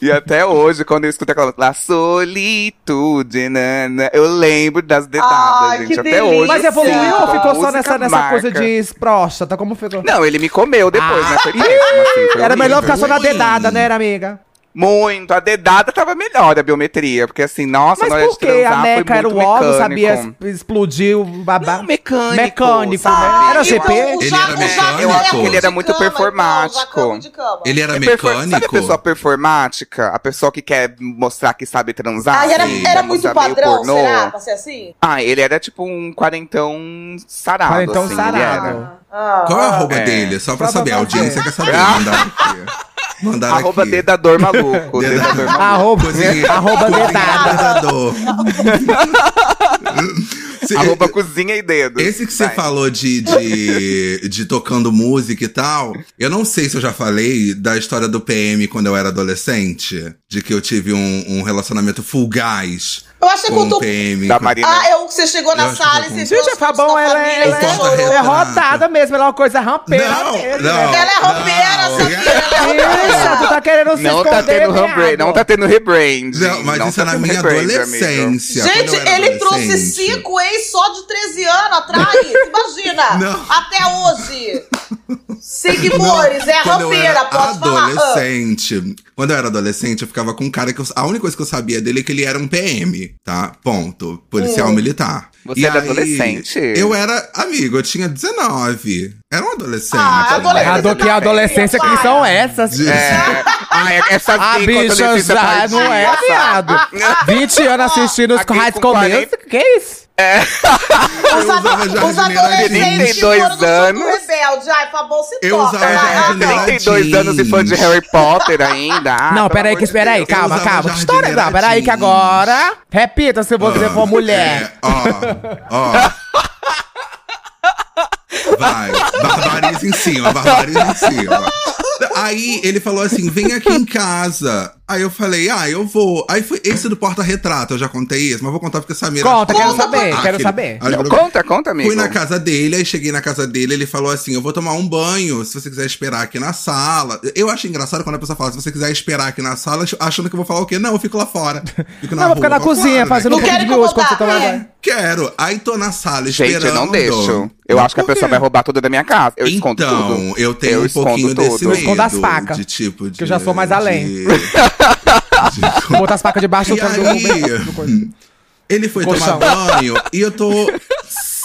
B: E até hoje, quando eu escuto aquela La solitude, nana, eu lembro das dedadas,
C: Ai, que
B: gente. Até
C: delícia.
B: hoje.
F: Mas
B: eu
F: evoluiu
B: sinto,
F: ou ficou só
B: música
F: nessa, nessa
B: marca.
F: coisa de próstata? Como ficou?
B: Não, ele me comeu depois,
F: Ah.
B: né? Foi péssimo, assim, foi
F: Era
B: horrível.
F: melhor ficar só na
E: Ui.
F: dedada, né, era, amiga?
B: Muito, a dedada tava melhor a biometria, porque assim, nossa, na
F: Mas
B: hora
F: por
B: de
F: que a
B: transar foi
F: Meca era o
B: muito
F: ovo,
B: mecânico.
F: sabia es- explodir o babá?
B: Não, mecânico.
F: Mecânico,
B: sabe?
F: né? Era
C: então,
F: GP?
C: o
E: Ele era
C: Jaco- o Jaco
E: mecânico? Eu acho que ele
C: de
B: era muito
C: cama, então,
B: performático.
C: o Jacão de cama.
E: Ele era
B: Perfor- É Sabe a
E: mecânico?
B: pessoa performática? A pessoa que quer mostrar que sabe transar?
C: Ah, era,
B: assim,
C: era
B: pra
C: muito
B: mostrar meio
C: padrão,
B: pornô?
C: será? Pra ser assim?
B: Ah, ele era tipo um quarentão sarado.
F: Quarentão
B: assim,
F: então sarado.
B: Ele era.
C: Ah,
E: Qual é a
C: ah.
E: arroba
B: É.
E: dele? Só pra
F: Só pra
E: saber, a audiência
F: saber.
E: quer saber. Mandaram aqui. Mandaram
B: Ah. Arroba
E: aqui.
B: dedador maluco. dedador maluco.
F: Arroba,
E: Cozinheiro.
F: arroba
E: Cozinheiro
F: dedada.
E: dedador. Se-
B: Arroba cozinha e dedo.
E: Esse que você
B: Vai.
E: falou de, de, de tocando música e tal, eu não sei se eu já falei da história do PM quando eu era adolescente. De que eu tive um, um relacionamento full gás
C: Eu achei que
E: com
C: eu
E: o
C: tô.
E: PM.
B: Da Marina.
C: Ah, é o que você chegou
E: Eu
C: na
E: acho
C: sala
E: que
C: e
E: eu
C: você viu
F: Gente, a
C: as fotos da
F: Fabão, ela,
C: família, né?
F: é- ela
E: O
C: você
E: porta-retrato.
F: é, é rodada mesmo, ela é uma coisa rampeira
E: Não,
F: mesmo. né?
E: não.
C: Ela é roupeira,
E: Não.
C: sabia?
F: Isso, tu tá querendo se
B: Não
F: esconder,
B: tá tendo rebrand,
F: viado.
B: não tá tendo rebrand. tá
E: Não, mas isso é na minha adolescência.
C: Gente,
E: quando eu era
C: ele trouxe
E: adolescente.
C: cinco ex só de 13 anos atrás. Imagina!
E: Não.
C: Até hoje. Seguidores, é
E: Quando eu
C: rampeira,
E: era
C: pode falar.
E: adolescente. Quando eu era adolescente, eu ficava com um cara que eu- a única coisa que eu sabia dele é que ele era um PM, tá? Ponto. Policial
C: Hum.
E: militar.
B: Você era adolescente?
E: Eu era amigo, eu tinha 19. Era um adolescente.
C: Ah, adolescente.
F: Ah, do que a adolescência, que são essas?
E: De-
B: É. Ah, é- essas
F: A
B: bicas
F: bicha
B: adolescentes
F: já não é,
B: tardias,
F: viado. 20 anos assistindo os
B: Aqui
F: High
B: com
F: School
B: 40.
F: Music, que é isso?
C: Ah, os,
E: Eu
C: ado
E: usava
C: os
E: jardineira
C: adolescentes
B: 32
C: foram do
B: anos.
C: Jogo Rebelde. Ai, Fabão se
E: Eu
C: toca.
E: usava
C: Ah,
E: jardineira.
C: ah,
B: 32 anos é e fã de Harry Potter ainda. Ah,
F: não,
B: pelo
F: peraí,
B: amor
F: que
B: de
F: espera aí,
B: Deus.
F: calma,
E: usava
F: calma. Que história
E: jardineira
F: não, peraí que
E: jeans.
F: agora... Repita se você for mulher.
E: É, ó, ó. Vai, barbariza em cima, barbariza em cima. Aí ele falou assim: vem aqui em casa. Aí eu falei: ah, eu vou. Aí foi esse do porta-retrato, eu já contei isso, mas vou contar porque a Samira.
F: Conta, quero
E: Ah,
F: saber, quero
E: filho.
F: saber.
E: Aí ele falou-
B: Conta, conta, amigo.
E: Fui na casa dele, aí cheguei na casa dele, ele falou assim: Eu vou tomar um banho, se você quiser esperar aqui na sala. Eu acho engraçado quando a pessoa fala, se você quiser esperar aqui na sala, ach- achando que eu vou falar o quê? Não, eu fico lá fora. Fico na rua,
F: Não, vou ficar na
E: vou
F: cozinha
E: fora, né?
F: fazendo um
C: Não
F: pouco de
C: quero
F: gosto quando você
C: incomodar,
F: tomar
C: é.
F: banho.
E: Quero. Aí tô na sala
B: Gente,
E: esperando.
B: eu não deixo. Eu acho que a
E: Por
B: pessoa
E: quê?
B: vai roubar tudo da minha casa. Eu
E: então,
B: escondo tudo.
E: eu tenho
B: Eu
E: um
B: escondo
E: pouquinho
B: tudo.
E: desse
B: Eu
E: medo.
F: escondo as facas,
E: De tipo de,
F: eu já sou mais além.
E: de-
F: Botar as facas debaixo
E: E
F: do
E: aí,
F: do- do-
E: ele foi
F: Colchão.
E: tomar banho e eu tô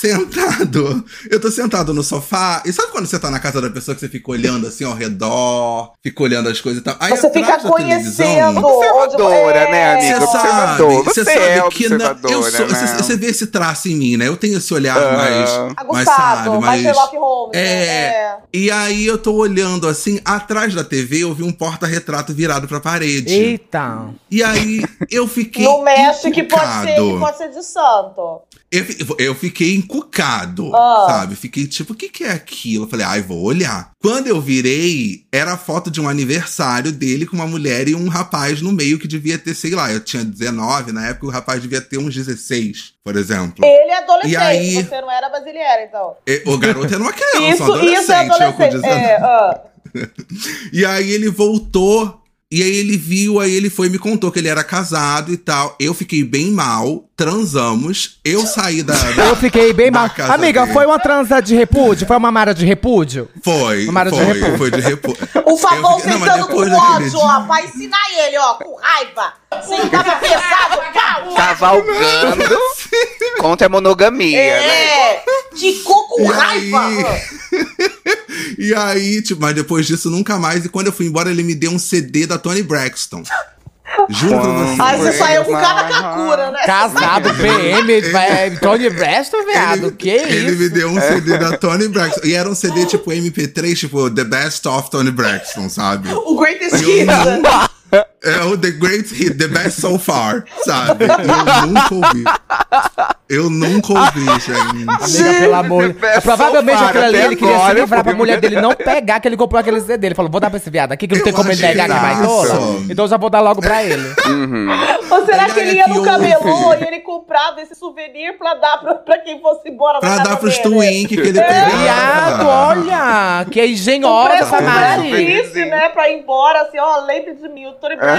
E: sentado. Eu tô sentado no sofá. E sabe quando você tá na casa da pessoa que você fica olhando assim ao redor, fica olhando as coisas e tal? Aí
C: Você
E: atrás
C: fica
E: da televisão,
C: conhecendo.
B: Observadora,
C: onde- é.
B: né,
E: Você
B: amiga?
E: sabe,
B: Observador.
E: você
B: Você
E: sabe
B: é
E: que não, eu
B: observadora,
E: sou,
B: né?
E: você, você vê esse traço em mim, né? Eu tenho esse olhar
B: Ah.
E: mais, mais
C: Aguçado,
E: sabe,
C: mais
E: mais
C: Sherlock Holmes.
E: é,
C: né? É.
E: E aí eu tô olhando assim, atrás da TV eu vi um porta-retrato virado pra parede.
F: Eita.
E: E aí eu fiquei.
C: No México, que pode,
E: encucado.
C: ser, que pode ser de santo.
E: Eu, fi- eu fiquei encucado,
C: Ah.
E: sabe? Fiquei tipo, o que, que é aquilo? Eu falei, ai, vou olhar. Quando eu virei, era a foto de um aniversário dele com uma mulher e um rapaz no meio que devia ter, sei lá, eu tinha 19, na época o rapaz devia ter uns 16, por exemplo.
C: Ele é adolescente.
E: E aí-
C: Você não era, mas ele era, então.
E: E- O garoto era uma criança, um
C: Isso,
E: adolescente,
C: isso
E: eu
C: é
E: com
C: adolescente.
E: 19.
C: É, ah.
E: E aí ele voltou E aí ele viu, aí ele foi e me contou que ele era casado e tal. Eu fiquei bem mal, transamos, eu saí da.
F: Eu fiquei bem
E: Da
F: mal.
E: casa
F: Amiga,
E: dele.
F: foi uma transa de repúdio? Foi uma mara de repúdio?
E: Foi,
F: Uma mara de repúdio.
E: foi, foi de repúdio.
C: O Fabão
E: Eu fiquei- não, mas
C: sentando com
E: depois daquele
C: ódio,
E: dia-
C: ó, pra ensinar ele, ó, com raiva. Sentava pesado, pau!
B: Cavalgando contra a monogamia, né?
C: É, ficou com
E: E
C: raiva.
E: aí?
C: ó.
E: E aí, tipo, mas depois disso nunca mais. E quando eu fui embora, ele me deu um CD da Tony Braxton. Juro pra você.
C: Aí você
B: Foi
C: saiu com
B: uma-
C: cada cacura, né?
F: Casado, BM, vai, Tony Braxton, Ah, viado. Que
E: ele
F: isso?
E: me deu um CD da Tony Braxton. E era um CD tipo MP3, tipo The Best of Tony Braxton, sabe?
C: O Greatest Hits.
E: É o The Great Hit, The Best So Far, sabe? Eu nunca ouvi. Eu nunca ouvi, gente.
F: Amiga, pelo amor.
B: Gente,
F: Provavelmente
B: só
F: aquilo ali
B: para,
F: ele
B: até
F: queria se
B: agora,
F: livrar pra
B: porque-
F: mulher dele não pegar, que ele comprou aquele CD dele. Ele falou, vou dar pra esse viado aqui, que não
E: Eu
F: tem como ele
E: acho
F: negar que
E: que
F: é baitola.
E: isso.
F: Então eu já vou dar logo pra ele.
C: Ou será que ele ia no
E: Olha que
C: camelô
E: horror.
C: e ele comprava esse souvenir pra dar pra, pra quem fosse embora na
E: Pra
C: casa
E: dar pros
C: dele?
E: twink que ele
F: É, Viado,
E: pegava.
F: olha! Que é
C: Pra
F: engenhosa
C: essa
F: essa Mari.
C: Mari. Um né? Pra ir embora, assim, ó, lembre de mim, o
E: É.
C: Tony Braxton.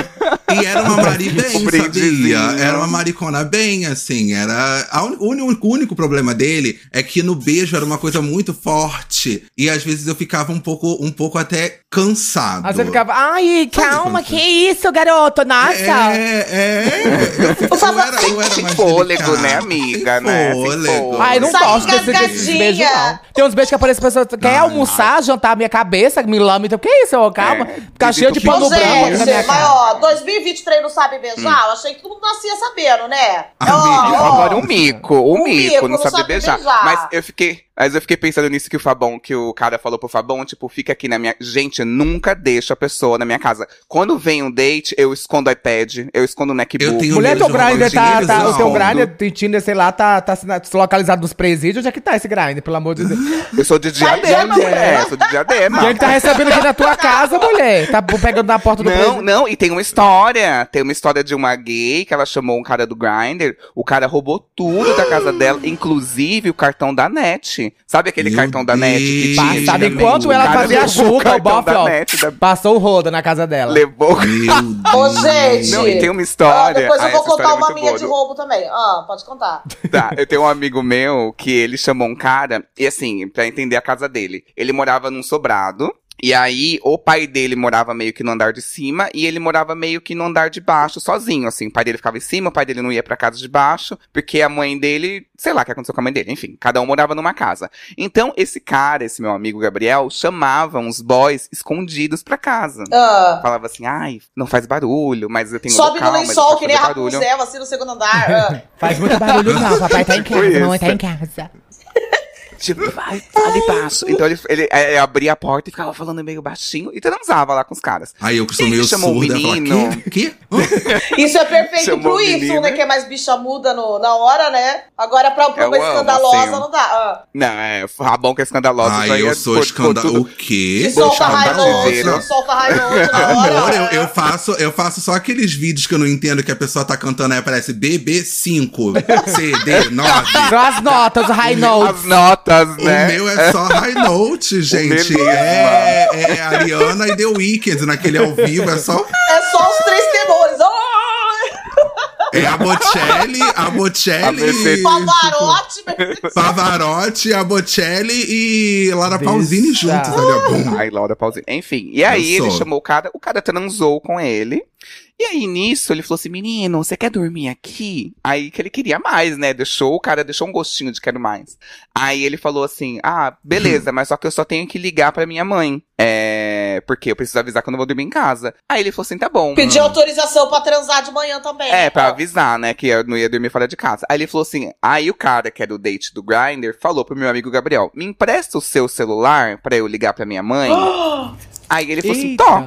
E: E era uma Mari
B: O
E: bem,
B: brindezinho.
E: sabia? Era uma maricona bem, assim. Era. a un- O único- o único problema dele é que no beijo era uma coisa muito forte. E às vezes eu ficava um pouco, um pouco até cansado.
F: Aí Ah, você ficava, ai, calma, que isso, garoto, nossa!
E: É, é. Eu, fico- eu era, eu era
B: Sem
E: mais
B: fôlego,
E: delicado.
B: né, amiga,
E: Sem
B: né? Sem
E: Fôlego.
B: fôlego.
F: Ai, não
C: Sai
F: gosto desse, desses
C: engasgadinha.
F: beijos, não. Tem uns beijos que aparecem pessoas que
B: Ah,
F: quer almoçar, jantar a minha cabeça, me lama, então, que isso, ô, calma.
B: É,
F: Ficar cheio de
B: dizem
F: pano
C: Ô,
B: que-
F: branco aqui na minha
C: gente, mas
F: cara.
C: ó, 2023 não sabe beijar? Eu achei que todo mundo nascia sabendo, né?
E: Amiga,
B: Hum. Agora um mico, um,
C: Um
B: mico,
C: mico,
B: não sabe, beijar. Mas eu fiquei, mas eu fiquei pensando nisso que o Fabão, que o cara falou pro Fabão, tipo, fica aqui na minha, gente, nunca deixa a pessoa na minha casa. Quando vem um date, eu escondo o iPad, eu escondo o MacBook.
E: Eu tenho
F: Mulher,
E: medo
F: teu
E: de roubar
F: grinder
E: o dinheiro,
F: tá, tá-
E: não.
F: O teu grinder, teu Tinder, sei lá, tá, tá sina- localizado nos presídios. Onde é que tá esse grinder, pelo amor de Deus?
B: Eu sou de
C: Vai,
B: diadema,
C: gente.
B: mulher, eu sou de diadema.
F: E ele tá recebendo aqui na tua casa, mulher. Tá pegando na porta do
B: Não,
F: presídio.
B: não, e tem uma história. Tem uma história de uma gay que ela chamou um cara do Grindr. O cara roubou tudo da casa dela, inclusive o cartão da net. Sabe aquele
E: Meu
B: cartão da net que
E: Deus.
B: tinha?
F: Passado
B: antigamente?
F: enquanto
B: O
F: ela
B: cara
F: fazia a então, tá
B: levou
F: chuca, o
B: cartão
F: bofe,
B: da
F: ó.
B: net da-
F: Passou o rodo na casa dela.
B: Levou.
E: Meu Deus.
C: Ô, gente.
B: Não, e tem uma
C: Ah,
B: história.
C: depois
B: Ah,
C: eu vou
B: essa história
C: contar
B: é
C: uma
B: muito
C: minha
B: boa
C: de
B: do-
C: roubo também. Ah, pode contar.
B: Tá, eu tenho um amigo meu que ele chamou um cara, e assim, pra entender a casa dele. Ele morava num sobrado. E aí, o pai dele morava meio que no andar de cima, e ele morava meio que no andar de baixo, sozinho, assim. O pai dele ficava em cima, o pai dele não ia pra casa de baixo, porque a mãe dele, sei lá o que aconteceu com a mãe dele, enfim, cada um morava numa casa. Então, esse cara, esse meu amigo Gabriel, chamava uns boys escondidos pra casa.
C: Ah,
B: Falava assim, ai, não faz barulho, mas eu tenho um
C: sobe
B: local,
C: no
B: mas não
C: lençol
B: pode
C: que nem a
B: fazer barulho.
C: Rapunzel, assim, no segundo andar. Ah.
F: Faz muito barulho, não. Papai tá em
B: Tipo
F: casa, mamãe
B: isso.
F: tá em casa.
B: Tipo, vai, fala baixo. Então ele, ele, é, é, abria a porta e ficava falando meio baixinho e transava lá com os caras.
E: Aí eu que sou
B: Ele
E: meio
B: chamou o
E: surda, eu
B: menino.
E: falo, quê? Quê? Hã?
C: Isso é perfeito
B: Chamou
C: pro
B: o
C: Y,
B: menino.
C: né? Que é mais bicha muda no- na hora, né? Agora pra, pra
B: Eu
C: uma
B: amo,
C: escandalosa
B: assim,
C: não dá. Ah.
B: Não, é Rabão que é escandalosa. isso
E: Ai,
B: aí
E: eu
B: é-
E: sou
B: ficou- ficou
E: escandaloso. O
B: tudo-
E: quê? tá
C: E solta
B: Bochada
C: raivoso,
B: brasileira.
C: não solta raivoso na
E: É,
B: Ah,
E: Amor,
C: hora.
E: eu, eu faço, eu faço só aqueles vídeos que eu não entendo que a pessoa tá cantando aí aparece BB5, CD9.
F: São as notas, o high notes.
B: As
E: O
B: notas, né?
E: meu é só High Note, gente.
B: mesmo.
E: É, é Ariana e The Weeknd naquele ao vivo. É só
C: É só os três tenores. Ah!
E: é a Bocelli, a Bocelli,
B: ABC.
C: Pavarotti,
E: Pavarotti, a Bocelli e Lara
F: Deixa.
E: Pausini juntos ali, ó. Bum.
B: Ai, Laura Pausini. Enfim, e aí
E: Eu
B: ele
E: sou.
B: chamou o cara, o cara transou com ele. E aí nisso ele falou assim: menino, você quer dormir aqui? Aí que ele queria mais, né? Deixou o cara, deixou um gostinho de quero mais. Aí ele falou assim: ah, beleza, mas só que eu só tenho que ligar pra minha mãe. É, porque eu preciso avisar quando eu vou dormir em casa. Aí ele falou assim: tá bom.
C: Pediu autorização pra transar de manhã também.
B: É, pra avisar, né, que eu não ia dormir fora de casa. Aí ele falou assim, aí o cara que era o date do Grindr falou pro meu amigo Gabriel, me empresta o seu celular pra eu ligar pra minha mãe? aí ele falou assim,
F: Eita.
B: tô,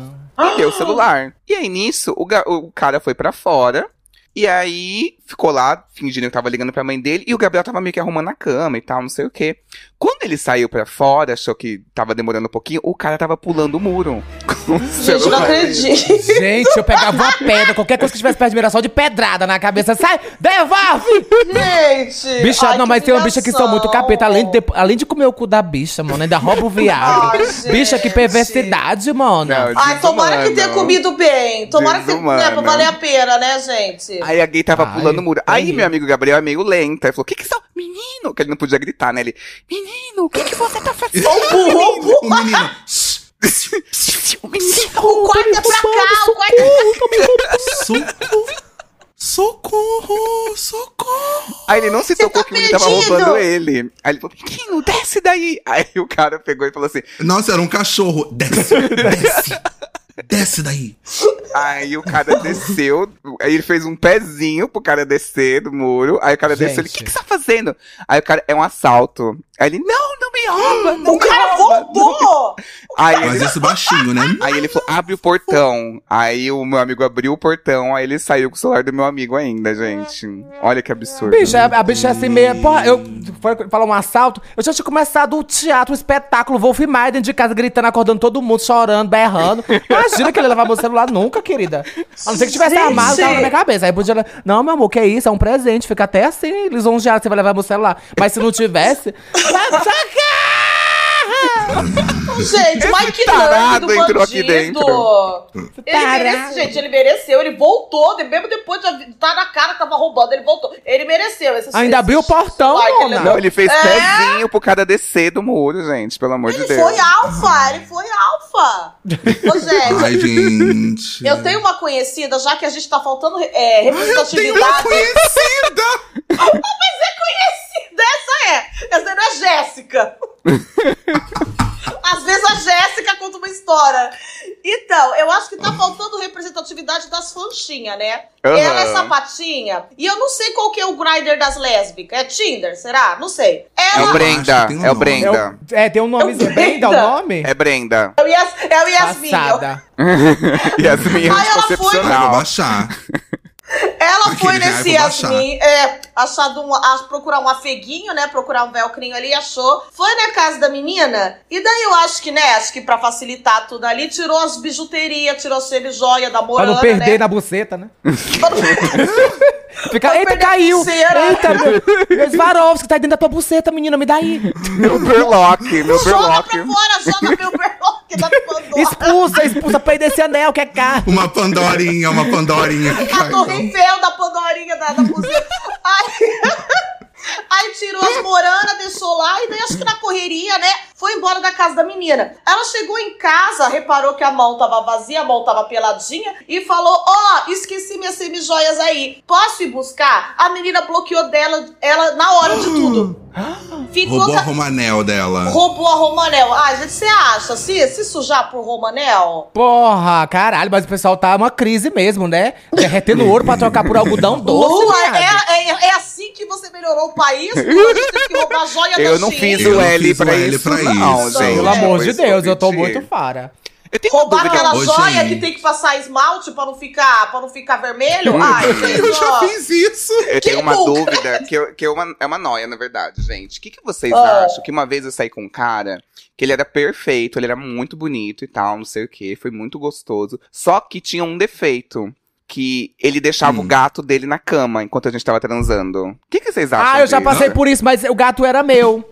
B: me deu o celular. E aí nisso, o, ga- o cara foi pra fora, e aí ficou lá, fingindo que tava ligando pra mãe dele, e o Gabriel tava meio que arrumando a cama e tal, não sei o quê. Quando ele saiu pra fora, achou que tava demorando um pouquinho, o cara tava pulando o muro. com o
C: Gente, eu não
B: celular.
C: acredito.
F: Gente, eu pegava uma pedra, qualquer coisa que tivesse perto de Mirassol, de pedrada na cabeça. Sai, devolve!
C: Gente!
F: Bicha,
C: ai,
F: não,
C: que
F: mas tem uma bicha que são muito
C: humilhação.
F: capeta, além de, além de comer o cu da bicha, mano, ainda rouba o viado.
C: Ai,
F: bicha, que
C: gente.
F: perversidade, mano.
B: Não,
C: Ai, tomara que tenha
B: desumano.
C: comido bem. Tomara que tenha né, pra
B: Desumano.
C: valer a pena, né, gente?
B: Aí a gay tava
F: Ai,
B: pulando o muro. Aí
F: entendi.
B: meu amigo Gabriel é meio lento. Ele falou: O que que são? Menino! Que ele não podia gritar, né? Ele: Menino, o que que você tá fazendo?
E: O menino.
C: o quarto é pra cá, o quarto é pra cá.
E: Socorro! Socorro! Socorro!
B: Aí ele não se
C: Você
B: tocou
C: tá
B: que o menino tava
C: perdido.
B: roubando ele. Aí ele falou: Menino, desce daí! Aí o cara pegou e falou assim.
E: Nossa, era um cachorro. Desce, desce. Desce daí.
B: Aí o cara desceu, aí ele fez um pezinho pro cara descer do muro. Aí o cara desceu, ele, o
F: Gente.
B: que, que você tá fazendo? Aí o cara, é um assalto. Aí ele, não, não me rouba! Não
C: O cara voltou!
B: Aí
E: Mas
B: ele,
E: isso baixinho, né?
B: aí ele falou, abre o portão. Aí o meu amigo abriu o portão, aí ele saiu com o celular do meu amigo ainda, gente. Olha que absurdo.
F: Bicha, a bicha é assim meio. Porra, eu. Foi falar um assalto. Eu já tinha começado o teatro, o espetáculo, Wolf Maia dentro de casa, gritando, acordando todo mundo, chorando, berrando. Imagina que ele levava meu celular nunca, querida. A não ser que tivesse
C: Gente!
F: armado, tava na minha cabeça. Aí podia. Não, meu amor, que isso? É um presente. Fica até assim, lisonjeado, que você vai levar meu celular. Mas se não tivesse.
C: Gente, mas que
B: tarado
C: nome do
B: entrou
C: bandido!
B: aqui
C: Ele
F: Tarado.
C: merece, gente, ele mereceu, ele voltou, de- mesmo depois de estar na cara que tava roubando, ele voltou. Ele mereceu. Esse,
F: Ainda
C: esse
F: abriu o portão,
C: celular que ele
F: Mona.
B: Não, ele fez
C: É.
B: pezinho pro cara descer do muro, gente, pelo amor de
C: Ele
B: Deus.
C: foi alfa, ele foi alfa. Ô, gente,
E: Ai, gente.
C: eu tenho uma conhecida, já que a gente tá faltando é,
E: Tenho uma
C: representatividade.
E: conhecida!
C: conhecida, essa é. Essa não é Jéssica. Às vezes a Jéssica conta uma história. Então, eu acho que tá faltando representatividade das fanchinhas, né?
B: Aham.
C: Ela é sapatinha. E eu não sei qual que é o grinder das lésbicas. É Tinder, será? Não sei.
B: É
C: Ela.
B: o Brenda,
E: Acho que tem um
B: é
E: nome.
B: o
F: É, o-
B: Brenda.
F: é, tem um nomezinho. Brenda, o
C: Brenda.
F: nome?
B: É Brenda.
C: É o, Yas, é o Yasmin.
F: Passada.
B: Yasmin
E: Ai,
C: Ai, ela foi-
B: é
E: vou
B: anticoncepcional.
E: baixar.
C: Ela foi
E: Aquele cara,
C: nesse
E: eu vou baixar.
C: Yasmin, é, achado um, a, procurar um afeguinho, né? Procurar um velcrinho ali, achou. Foi na casa da menina, e daí eu acho que, né? Acho que pra facilitar tudo ali, tirou as bijuterias, tirou as semi joia da
F: Pra
C: Morana,
F: não perder
C: né?
F: na buceta, né?
C: Na...
F: Fica,
C: Vai
F: eita,
C: perder a
F: caiu!
C: pulseira.
F: Eita, meu. Esse Swarovski tá dentro da tua buceta, menina, me dá aí.
B: Meu burlock, meu
C: joga
B: burlock.
C: pra fora, joga meu tá berloque da Pandora.
F: Expulsa, expulsa, perde esse anel, que é caro.
E: Uma pandorinha, uma pandorinha. que
C: É A
E: caiu.
C: Torre Eiffel da Pandorinha da, da cozinha. Aí, aí tirou as moranas, deixou lá, e daí acho que na correria, né? Foi embora da casa da menina. Ela chegou em casa, reparou que a mão tava vazia, a mão tava peladinha, e falou: Ó, esqueci minhas semijoias aí. Posso ir buscar? A menina bloqueou dela, ela na hora de tudo. Ficou
E: Roubou a
C: com-
E: Romanel dela.
C: Roubou a Romanel. Ah, gente, você acha? Se, se sujar pro Romanel?
F: Porra, caralho, mas o pessoal tá uma crise mesmo, né? Derretendo ouro pra trocar por algodão doce,
C: Lula,
F: viado.
C: é, é- é assim que você melhorou o país? Lula, a gente teve que roubar a joia da
B: Eu não
C: China.
B: fiz
E: Eu
B: o
E: não
B: L
E: fiz o
B: pra
E: L
B: isso,
E: pra
B: não,
E: isso.
B: gente.
F: Pelo amor de
B: Foi
F: Deus, eu tô
B: pedi.
F: muito fara.
B: Eu tenho uma
C: Roubar
B: dúvida.
C: aquela
E: Ô,
C: joia
E: gente.
C: que tem que passar esmalte pra não ficar, pra não ficar vermelho? Ai,
E: Eu
C: gente,
E: já
C: ó.
E: fiz isso.
B: Eu tenho uma
C: nunca?
B: dúvida, que, eu- que é, uma, é uma noia, na verdade, gente. O que, que vocês
C: Ah.
B: acham? Que uma vez eu saí com um cara que ele era perfeito, ele era muito bonito e tal, não sei o quê, foi muito gostoso. Só que tinha um defeito. Que ele deixava
E: Hum.
B: o gato dele na cama enquanto a gente tava transando. O que, que vocês acham?
F: Ah, eu já
B: disso?
F: passei por isso, mas o gato era meu.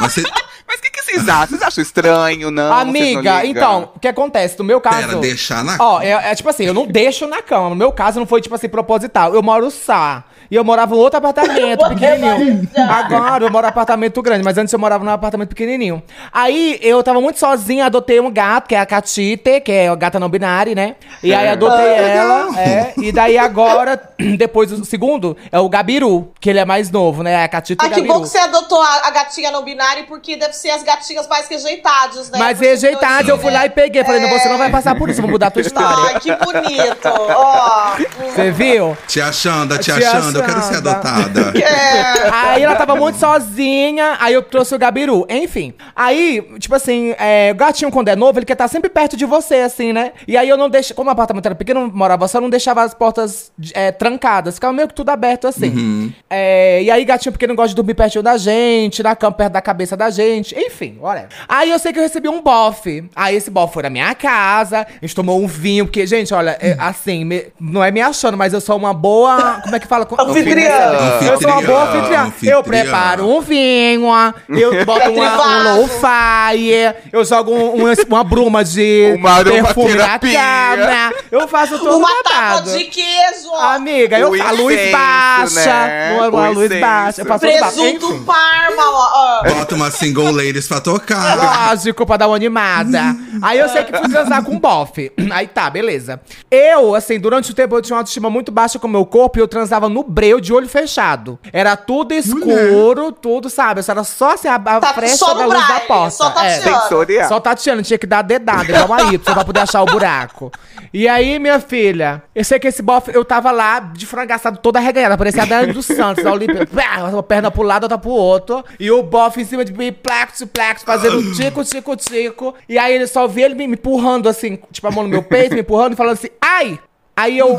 E: Mas você.
B: Mas o que, que vocês acham? Vocês acham estranho, não? Vocês não
F: Amiga,
B: ligam?
F: então, o que acontece? No meu caso.
E: Pera, deixar na.
F: Ó, é, é tipo assim, eu não deixo na cama. No meu caso, não foi, tipo assim, proposital. Eu moro só. E eu morava em outro apartamento, pequenininho. Agora eu moro em apartamento grande, mas antes eu morava num apartamento pequenininho. Aí eu tava muito sozinha, adotei um gato, que é a Catite, que é a gata não binária, né? E aí adotei ela, é. E daí agora, depois o segundo, é o Gabiru, que ele é mais novo, né? A Catita e
C: Ah,
F: o
C: que
F: Gabiru.
C: bom que você adotou a, a gatinha não binária, porque deve ser as gatinhas mais rejeitadas, né?
F: Mas
C: Porque
F: rejeitado, eu fui lá e peguei. Falei, não, você não vai passar por isso, vou mudar a tua história.
C: Ai, que bonito. Ó.
F: Você viu?
E: Tia Xanda, tia,
F: Tia
E: Xanda, eu quero ser
F: Xanda.
E: adotada.
C: É.
F: Aí ela tava muito sozinha, aí eu trouxe o Gabiru. Enfim. Aí, tipo assim, é, o gatinho quando é novo, ele quer estar sempre perto de você, assim, né? E aí eu não deixo. Como o apartamento era pequeno, eu morava só, eu não deixava as portas é, trancadas, ficava meio que tudo aberto assim.
E: Uhum.
F: É, e aí, gatinho pequeno gosta de dormir pertinho da gente, na cama perto da cabeça da gente, enfim, whatever. Aí eu sei que eu recebi um bofe. Aí esse bofe foi na minha casa, a gente tomou um vinho, porque, gente, olha, é, assim, me- não é me achando, mas eu sou uma boa. Como é que fala? Com-
C: Anfitriã.
F: Eu sou uma boa anfitriã.
E: Anfitriã.
F: Eu preparo um vinho, eu boto uma, um low-fi, eu jogo um- um- uma bruma de
B: Uma aroma
F: perfume na
B: terapia.
F: cama. Eu faço todo
C: Uma
F: o
C: tábua
F: babado.
C: de queijo, ó.
F: Amiga, eu,
B: O
F: a luz
B: incenso,
F: baixa. é
B: né?
F: uma- Uma
B: O
F: luz
B: incenso.
F: baixa. Eu faço todo o babado.
C: Presunto
F: Enfim.
C: parma, ó. ó.
E: Bota uma single ladies pra tocar.
F: Lógico, pra dar uma animada.
C: Hum.
F: Aí eu sei que fui transar com um bofe. Aí tá, beleza. Eu, assim, durante o tempo eu tinha uma autoestima muito baixa com o meu corpo e eu transava no breu de olho fechado. Era tudo escuro, tudo, sabe? Só Era só assim, a, a
C: Tá-
F: fresta
C: só no
F: da luz da
C: braille,
F: porta.
C: só
F: É.
C: tateando.
B: Sensorial.
F: Só tateando, tinha que dar dedada, igual a Y, pra poder achar o buraco. E aí, minha filha, eu sei que esse bofe, eu tava lá de frangaçado toda arreganhada, parecia a Dani dos Santos, da Olímpia. Pá, Uma perna pro lado, outra pro outro. E o bofe em cima de mim, plaxo, plaxo, fazendo tico, tico, tico. E aí, ele só vê ele me me empurrando assim, tipo a mão no meu peito, me empurrando e falando assim, ai! Aí eu,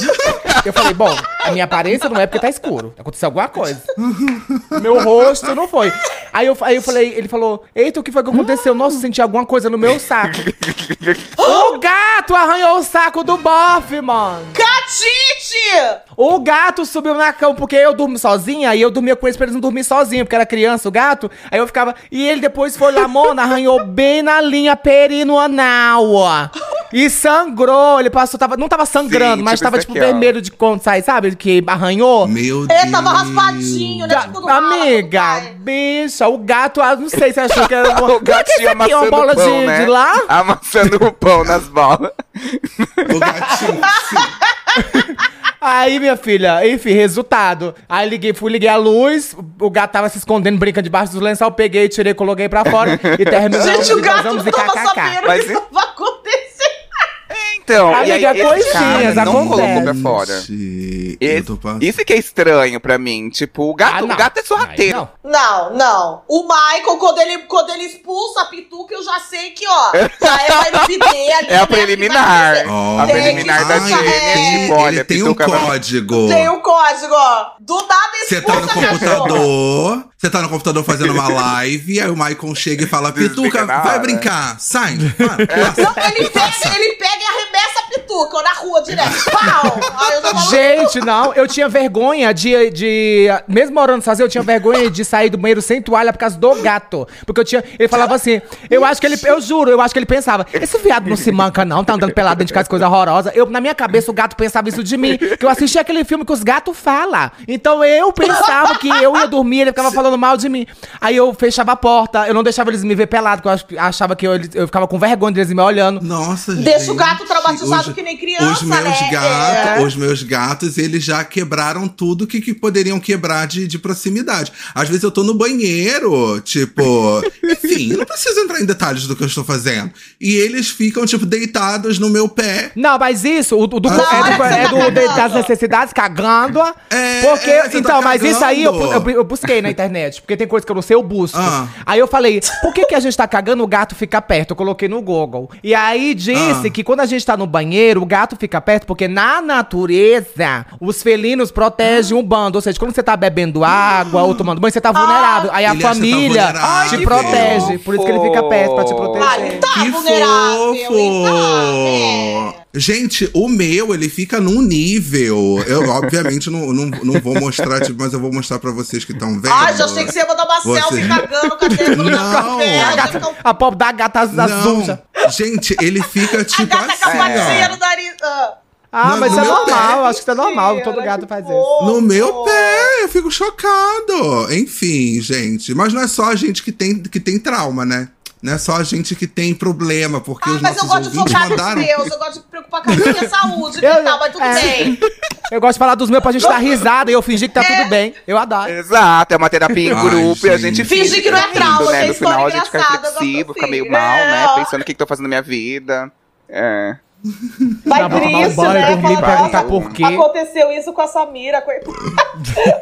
F: eu falei, bom, a minha aparência não é porque tá escuro. Aconteceu alguma coisa. Meu rosto não foi. Aí eu, aí eu falei, ele falou, eita, o que foi que aconteceu? Nossa, eu senti alguma coisa no meu saco. o gato arranhou o saco do bofe, mano.
C: Catite!
F: O gato subiu na cama, porque eu durmo sozinha, e eu dormia com eles pra eles não dormirem sozinhos, porque era criança o gato. Aí eu ficava. E ele depois foi lá, mona, arranhou bem na linha perinoanal. ó. E sangrou, ele passou, tava, não tava sangrando,
B: Sim,
F: mas
B: tipo
F: tava
B: isso
F: tipo
B: aqui, ó.
F: vermelho de quando sai, sabe? Que arranhou.
E: Meu Deus.
C: É, tava raspadinho, né? Tipo, do
F: Tá, Amiga,
C: ralo, do pai.
F: bicha, o gato, ah, não sei se achou que era uma,
B: Tá, O gatinho
F: aqui, é
B: amassando
F: uma bola
B: o pão,
F: de,
B: né?
F: de lá.
B: Amassando o pão nas bolas.
E: O gatinho.
F: Aí, minha filha, enfim, resultado. Aí liguei, fui liguei a luz, o gato tava se escondendo, brincando debaixo dos lençol, peguei, tirei, coloquei pra fora e terminamos.
C: Gente, o
F: e
C: gato
F: transamos
C: não
F: e
C: tava
F: kkk.
C: sabendo o
B: Mas
C: que
B: e-
C: tava acontecendo.
B: Então,
F: Amiga,
B: esse
F: Ah, é coisinhas,
B: cara não colocou pra
F: acontece.
B: fora.
E: Gente, eu
B: Esse,
E: tô passando.
B: isso que é estranho pra mim. Tipo, o
F: Ah,
B: gato,
F: não.
B: o gato é
F: Aí,
B: sorrateiro.
F: não.
C: Não, não. O Michael, quando ele, quando ele expulsa a pituca, eu já sei que, ó, já é pra ele viver ali,
B: É
C: né?
B: a preliminar.
C: Ele vai dizer-
E: Ó.
B: é A preliminar da
C: Tem que-
B: DNA.
E: ele,
B: Olha,
E: ele tem um
B: pituca vai-
E: código.
C: Tem um o código, ó. Do nada
E: Você tá no
C: expulsa a cachorra.
E: computador, você tá no computador fazendo uma live, aí o Maicon chega e fala:
B: Desliga É.
E: Pituca,
B: na
E: vai
B: hora."
E: brincar, sai, para, passa."
C: Não, ele pega, ele pega e arremessa a pituca na rua direto. Pau! Aí eu já falo,
F: Gente, não, eu tinha vergonha de, de. Mesmo morando sozinho, eu tinha vergonha de sair do banheiro sem toalha por causa do gato. Porque eu tinha. Ele falava assim, eu acho que ele. Eu juro, eu acho que ele pensava, esse viado não se manca, não, tá andando pelado dentro de casa, coisa horrorosa. Eu, na minha cabeça, o gato pensava isso de mim. Que eu assistia aquele filme que os gatos falam. Então eu pensava que eu ia dormir, ele ficava falando mal de mim. Aí eu fechava a porta, eu não deixava eles me ver pelado, porque eu ach- achava que eu, eles- eu ficava com vergonha deles me olhando.
E: Nossa,
C: Deixa
E: gente,
C: o gato traumatizado que nem criança,
E: Os meus
C: né?
E: gatos,
C: É.
E: os meus gatos, eles já quebraram tudo que, que poderiam quebrar de, de proximidade. Às vezes eu tô no banheiro, tipo, enfim, eu não preciso entrar em detalhes do que eu estou fazendo. E eles ficam, tipo, deitados no meu pé.
F: Não, mas isso, o, o do,
E: Na
F: é,
E: hora
F: do,
E: que você
F: é
E: tá
F: do-
C: cagando.
F: das necessidades, cagando.
E: É,
F: porque,
E: é, você tá
F: então, mas isso aí eu, bu-
E: cagando.
F: eu, eu busquei na internet, porque tem coisa que eu não sei, eu busco.
E: Ah.
F: Aí eu falei, por que, que a gente tá cagando, o gato fica perto? Eu coloquei no Google. E aí disse
E: Ah.
F: que quando a gente tá no banheiro, o gato fica perto, porque na natureza, os felinos protegem o bando. Ou seja, quando você tá bebendo água ou tomando banho, você tá vulnerável. Aí
E: Ele
F: a
E: acha que tá
F: família te
E: vulnerável.
F: protege. Por isso que ele fica perto, pra te proteger.
C: Ah, ele tá
E: que
C: vulnerável. então, ele tá, né?
E: Gente, o meu, ele fica num nível. Eu, obviamente, não, não, não vou mostrar, tipo, mas eu vou mostrar pra vocês que estão vendo.
C: Ai, já achei que você ia mandar uma
E: Você-
C: selfie cagando com a dentro da
E: Não.
C: café.
E: A
C: já
E: gata-
C: fica um-
F: A pobre da gata az- azul. já.
E: Não, gente, ele fica
C: A
E: tipo
C: gata com a
E: assim,
C: patinha
E: ó.
C: no nariz. Ah.
F: Ah,
E: Não,
F: mas isso
E: no
F: é
E: meu
F: normal,
E: pé.
F: acho que isso é normal, todo
C: Era
F: gato
C: que
F: faz isso.
C: fofo.
E: No meu pé, eu fico chocado. Enfim, gente. Mas não é só a gente que tem, que tem trauma, né? Não é só a gente que tem problema, porque
C: Ah,
E: os
C: mas eu
E: nossos
C: gosto de
E: ouvintes
C: focar
E: mandaram.
C: nos meus, eu gosto de me preocupar com a minha saúde
F: Eu-
C: e tal, mas tudo
F: é.
C: bem.
F: Eu gosto de falar dos meus pra gente dar risada e eu fingir que tá tudo bem. Eu adoro.
B: Exato, é uma terapia em
E: Ai,
B: grupo e a
E: gente.
B: gente
C: Finge que não é
B: tá rindo,
C: trauma,
B: né?
C: que é
B: No final a
C: história
B: gente fica
C: engraçada,
B: reflexivo,
C: não
B: fica meio
C: consigo.
B: mal, né?
C: É.
B: Pensando o que, que eu tô fazendo na minha vida. É.
C: Vai
F: Dá pra tomar um
C: triste,
F: banho,
C: né?
F: dormir,
C: Fala,
F: perguntar
C: "Nossa,
F: por quê."
C: Aconteceu isso com a Samira, coitada.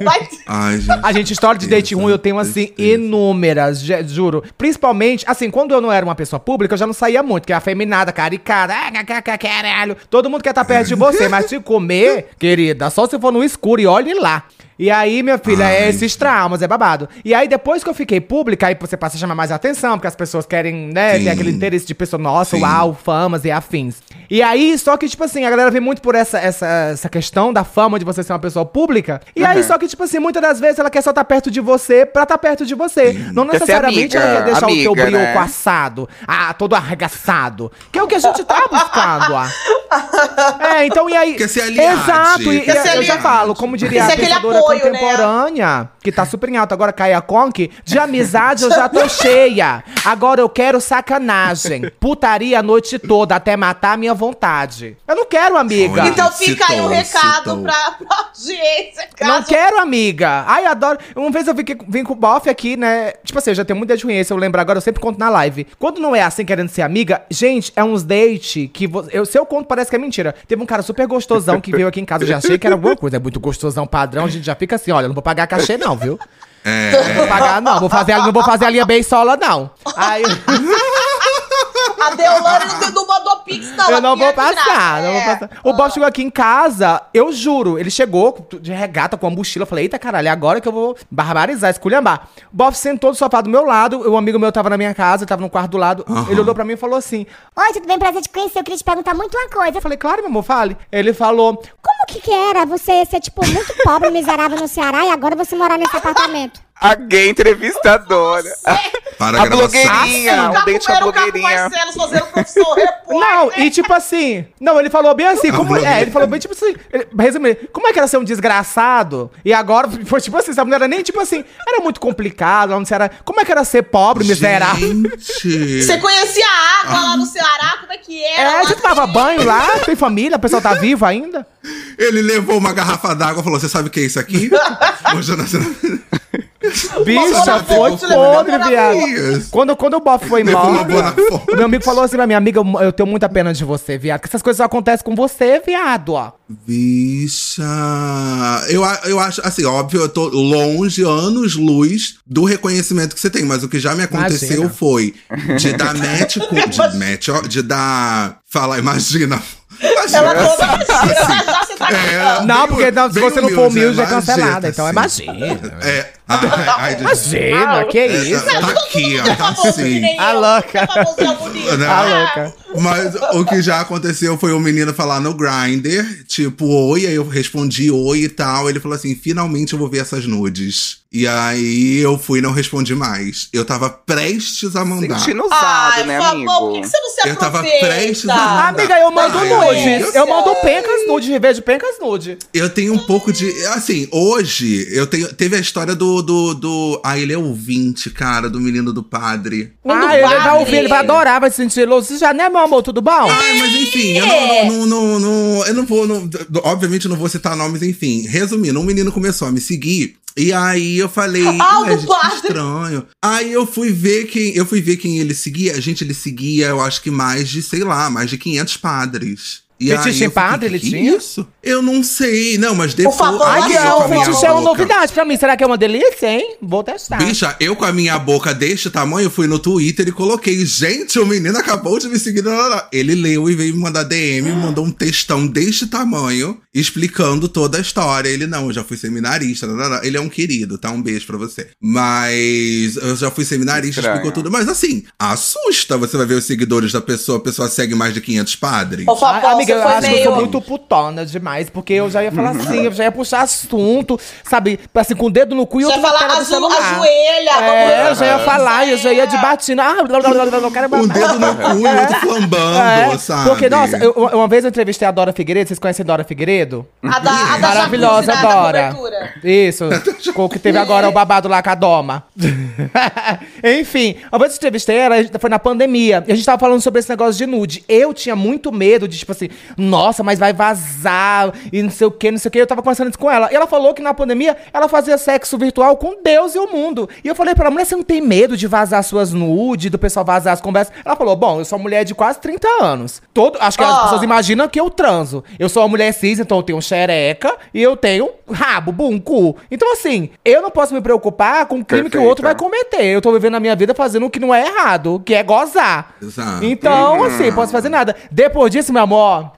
C: Vai triste.
E: Ai, gente.
F: A gente, história de date
E: Isso,
F: ruim eu tenho, assim,
E: tristeza.
F: inúmeras, ju- juro. Principalmente, assim, quando eu não era uma pessoa pública, eu já não saía muito, que é afeminada, caricada, ah, ca- ca- ca- caralho. Todo mundo quer estar perto de você, mas te comer, querida, só se for no escuro e olhe lá. E aí, minha filha, é
E: Ai,
F: esses traumas, é babado. E aí, depois que eu fiquei pública, aí você passa a chamar mais atenção, porque as pessoas querem, né, ter
E: Sim.
F: aquele interesse de pessoa, nossa,
E: Sim.
F: uau, famas e afins. E aí, só que, tipo assim, a galera vem muito por essa, essa, essa questão da fama de você ser uma pessoa pública. E aí,
B: Uhum.
F: só que, tipo assim, muitas das vezes ela quer só estar perto de você pra estar perto de você. Não
B: Quer ser
F: necessariamente
B: amiga,
F: ela quer deixar o teu
B: amiga,
F: brioco
B: né?
F: assado, ah, todo arregaçado. Que é o que a gente tá buscando, ah. É, então, e aí...
E: Quer ser aliado,
F: Exato, e,
E: quer
F: e
C: ser
F: eu já
E: aliado.
F: falo, como diria
C: Isso é
F: a
C: aquele
F: pensadora
C: apoio, né?
F: contemporânea, que tá super em alta agora, Kaya Conk, de amizade eu já tô cheia. Agora eu quero sacanagem, putaria a noite toda, até matar a minha vontade. Eu não quero, amiga.
E: Olha.
C: Então fica aí o
E: Citou,
C: recado
E: citou.
C: pra, pra audiência,
F: Não
C: caso
F: quero, amiga. Ai, eu adoro. Uma vez eu vim, que- vim com o bofe aqui, né? Tipo assim, eu já tenho muita experiência, eu lembro agora, eu sempre conto na live. Quando não é assim, querendo ser amiga, gente, é uns date que... vo- Eu, se eu conto, parece que é mentira. Teve um cara super gostosão que veio aqui em casa, eu já achei que era alguma coisa. É muito gostosão, padrão, a gente já fica assim, olha, eu não vou pagar cachê não, viu?
E: É,
F: Não vou pagar não, vou fazer, a- não vou fazer a linha bem sola não. Aí...
C: A Deolane não- não mandou pix, não.
F: Eu não
C: aqui
F: vou
C: é de graça,
F: passar, não
C: é.
F: vou passar. O Bob chegou aqui em casa, eu juro, ele chegou de regata com a mochila. Eu falei, eita caralho, é agora que eu vou barbarizar, esculhambar. O Bob sentou do sofá do meu lado, um amigo meu tava na minha casa, tava no quarto do lado.
E: Aham.
F: Ele olhou pra mim e falou assim:
G: Oi, tudo bem? Prazer te conhecer. Eu queria te perguntar muito uma coisa.
F: Eu falei, claro, meu amor, fale. Ele falou:
G: Como que, que era você ser, tipo, muito pobre, miserável no Ceará e agora você morar nesse apartamento?
B: A gay entrevistadora.
E: é, para
B: A
E: a gravação.
B: blogueirinha.
C: Sim,
B: um
C: Caco
B: dente com a
C: Mero, Caco
B: blogueirinha.
C: Marcelo, fazendo professor repórter.
F: Não, e tipo assim. Não, ele falou bem assim. Como, é, ele falou bem tipo assim. Ele, resumindo, como é que era ser um desgraçado? E agora, foi tipo assim, sabe? Não era nem tipo assim. Era muito complicado, lá no Ceará. Como é que era ser pobre, miserável?
C: Você
E: Gente,
C: conhecia a água lá no Ceará? Como é que era?
F: É,
C: lá?
F: você tomava banho lá? Tem família? O pessoal tá vivo ainda?
E: ele levou uma garrafa d'água e falou: Você sabe o que é isso aqui? Hoje nós-
F: Bicha,
C: Mamona
F: foi
C: Fonte,
F: podre,
C: Mamona
F: viado.
E: Fonte.
F: Quando, quando o Bob foi
E: Levou uma
F: embora,
E: boa na fonte.
F: meu amigo falou assim pra mim, amiga, eu- eu tenho muita pena de você, viado. Que essas coisas só acontecem com você, viado, ó.
E: Bicha. Eu, a- eu acho, assim, óbvio, eu tô longe, anos luz do reconhecimento que você tem, mas o que já me aconteceu
F: Imagina.
E: foi de dar match com. De, match, ó, de dar. Falar, imagina. Imagina.
C: Ela toda mentira, mas já você tá
E: É,
C: cantando.
F: Não,
E: bem
F: porque não, se
E: bem
F: você não for humilde, é
E: imagina,
F: cancelada. Então,
E: assim.
F: imagina.
E: É. Ai, ai,
F: Tá
E: gente.
F: Imagina, que
E: Essa-
F: é isso.
E: Tá aqui, ó. Tá
C: Famoso que
E: assim.
C: nem
F: A
C: eu,
F: louca.
C: tá famoso e é bonito.
E: Né?
F: Tá louca.
E: Mas o que já aconteceu foi o menino falar no Grindr, tipo, oi, aí eu respondi oi e tal. Ele falou assim: finalmente eu vou ver essas nudes. E aí eu fui e não respondi mais. Eu tava prestes a mandar.
B: Sentindo usado,
C: Ai,
B: né,
C: Fabão, por
B: amigo?
C: que, que você não se
E: Eu tava
C: aproveita?
E: prestes a-
F: Amiga, eu mando
E: Ai,
F: nudes.
C: gente.
F: Eu mando pencas nude, revejo pencas nude.
E: Eu tenho um pouco de. Assim, hoje eu tenho. Teve a história do. do, do ah, ele é ouvinte, cara, do menino do padre.
C: Menino
F: Ah, ele vai
C: padre.
F: ouvir, ele vai adorar, vai se sentir louco. Você já, né, meu amor, tudo bom?
E: Ai, mas enfim, eu não, não, não, não- não- eu não vou. não- obviamente, eu não vou citar nomes, enfim. Resumindo, um menino começou a me seguir. E aí eu falei,
C: Ah, o
E: "Ué,
C: do
E: gente, que
C: padre."
E: estranho. Aí eu fui ver quem, eu fui ver quem ele seguia. Gente, ele seguia, eu acho que mais de, sei lá, mais de 500 padres. E
F: Fetiche
E: aí eu
F: em
E: fiquei,
F: padre ele
E: "Que
F: tinha?"
E: Isso? Eu não sei, não, mas depois.
C: favor,
E: Ai,
F: Ai, que
E: eu
C: Nossa,
F: é,
E: com
F: o
E: a minha
F: fetiche é uma
E: boca.
F: novidade pra mim. Será que é uma delícia, hein? Vou testar.
E: Bicha, eu com a minha boca deste tamanho fui no Twitter e coloquei: Gente, o menino acabou de me seguir. lá, lá, lá." Ele leu e veio me mandar DM, me mandou um textão deste tamanho, explicando toda a história. Ele, não, eu já fui seminarista. lá, lá, lá." Ele é um querido, tá? Um beijo pra você. Mas eu já fui seminarista,
B: Estranho.
E: explicou tudo. Mas assim, assusta você vai ver os seguidores da pessoa, a pessoa segue mais de 500 padres.
C: Ô,
F: Ah,
C: Fabão,
F: amiga,
C: você
F: eu
C: foi
F: acho que eu
C: meio...
F: sou muito putona demais, porque eu já ia falar assim, eu já ia puxar assunto, sabe? Assim, com o dedo no cu e
C: Já
F: outro na tela
C: falar
F: do
C: azu,
F: celular.
C: ajoelha.
F: tá É,
C: vamos-
F: eu já ia falar, eu já ia de batina. Ah, blá, blá, blá, blá, não quero
E: Um
F: babar.
E: dedo no cu e o outro flambando,
F: É,
E: sabe?
F: Porque, nossa, eu- uma vez eu entrevistei a Dora Figueiredo, vocês conhecem a Dora Figueiredo? Azevedo.
C: A da, a da
F: Maravilhosa,
C: jacuzzi, né, da
F: adora.
C: cobertura.
F: Isso, com o que teve agora o babado lá com a Doma. Enfim, a vez que entrevistei ela foi na pandemia. E a gente tava falando sobre esse negócio de nude. Eu tinha muito medo de, tipo assim, nossa, mas vai vazar e não sei o que, não sei o que. Eu tava conversando isso com ela. E ela falou que na pandemia ela fazia sexo virtual com Deus e o mundo. E eu falei pra ela, mulher, você não tem medo de vazar suas nudes, do pessoal vazar as conversas? Ela falou, bom, eu sou uma mulher de quase 30 anos. Todo, acho que as
C: Ó.
F: pessoas imaginam que eu transo. Eu sou uma mulher cis, então eu tenho xereca e eu tenho rabo, bum, cu. Então, assim, eu não posso me preocupar com o crime que o
B: Perfeita.
F: outro vai cometer. Eu tô vivendo a minha vida fazendo o que não é errado, que é gozar.
E: Exato.
F: Então, assim, posso fazer nada. Depois disso, meu amor.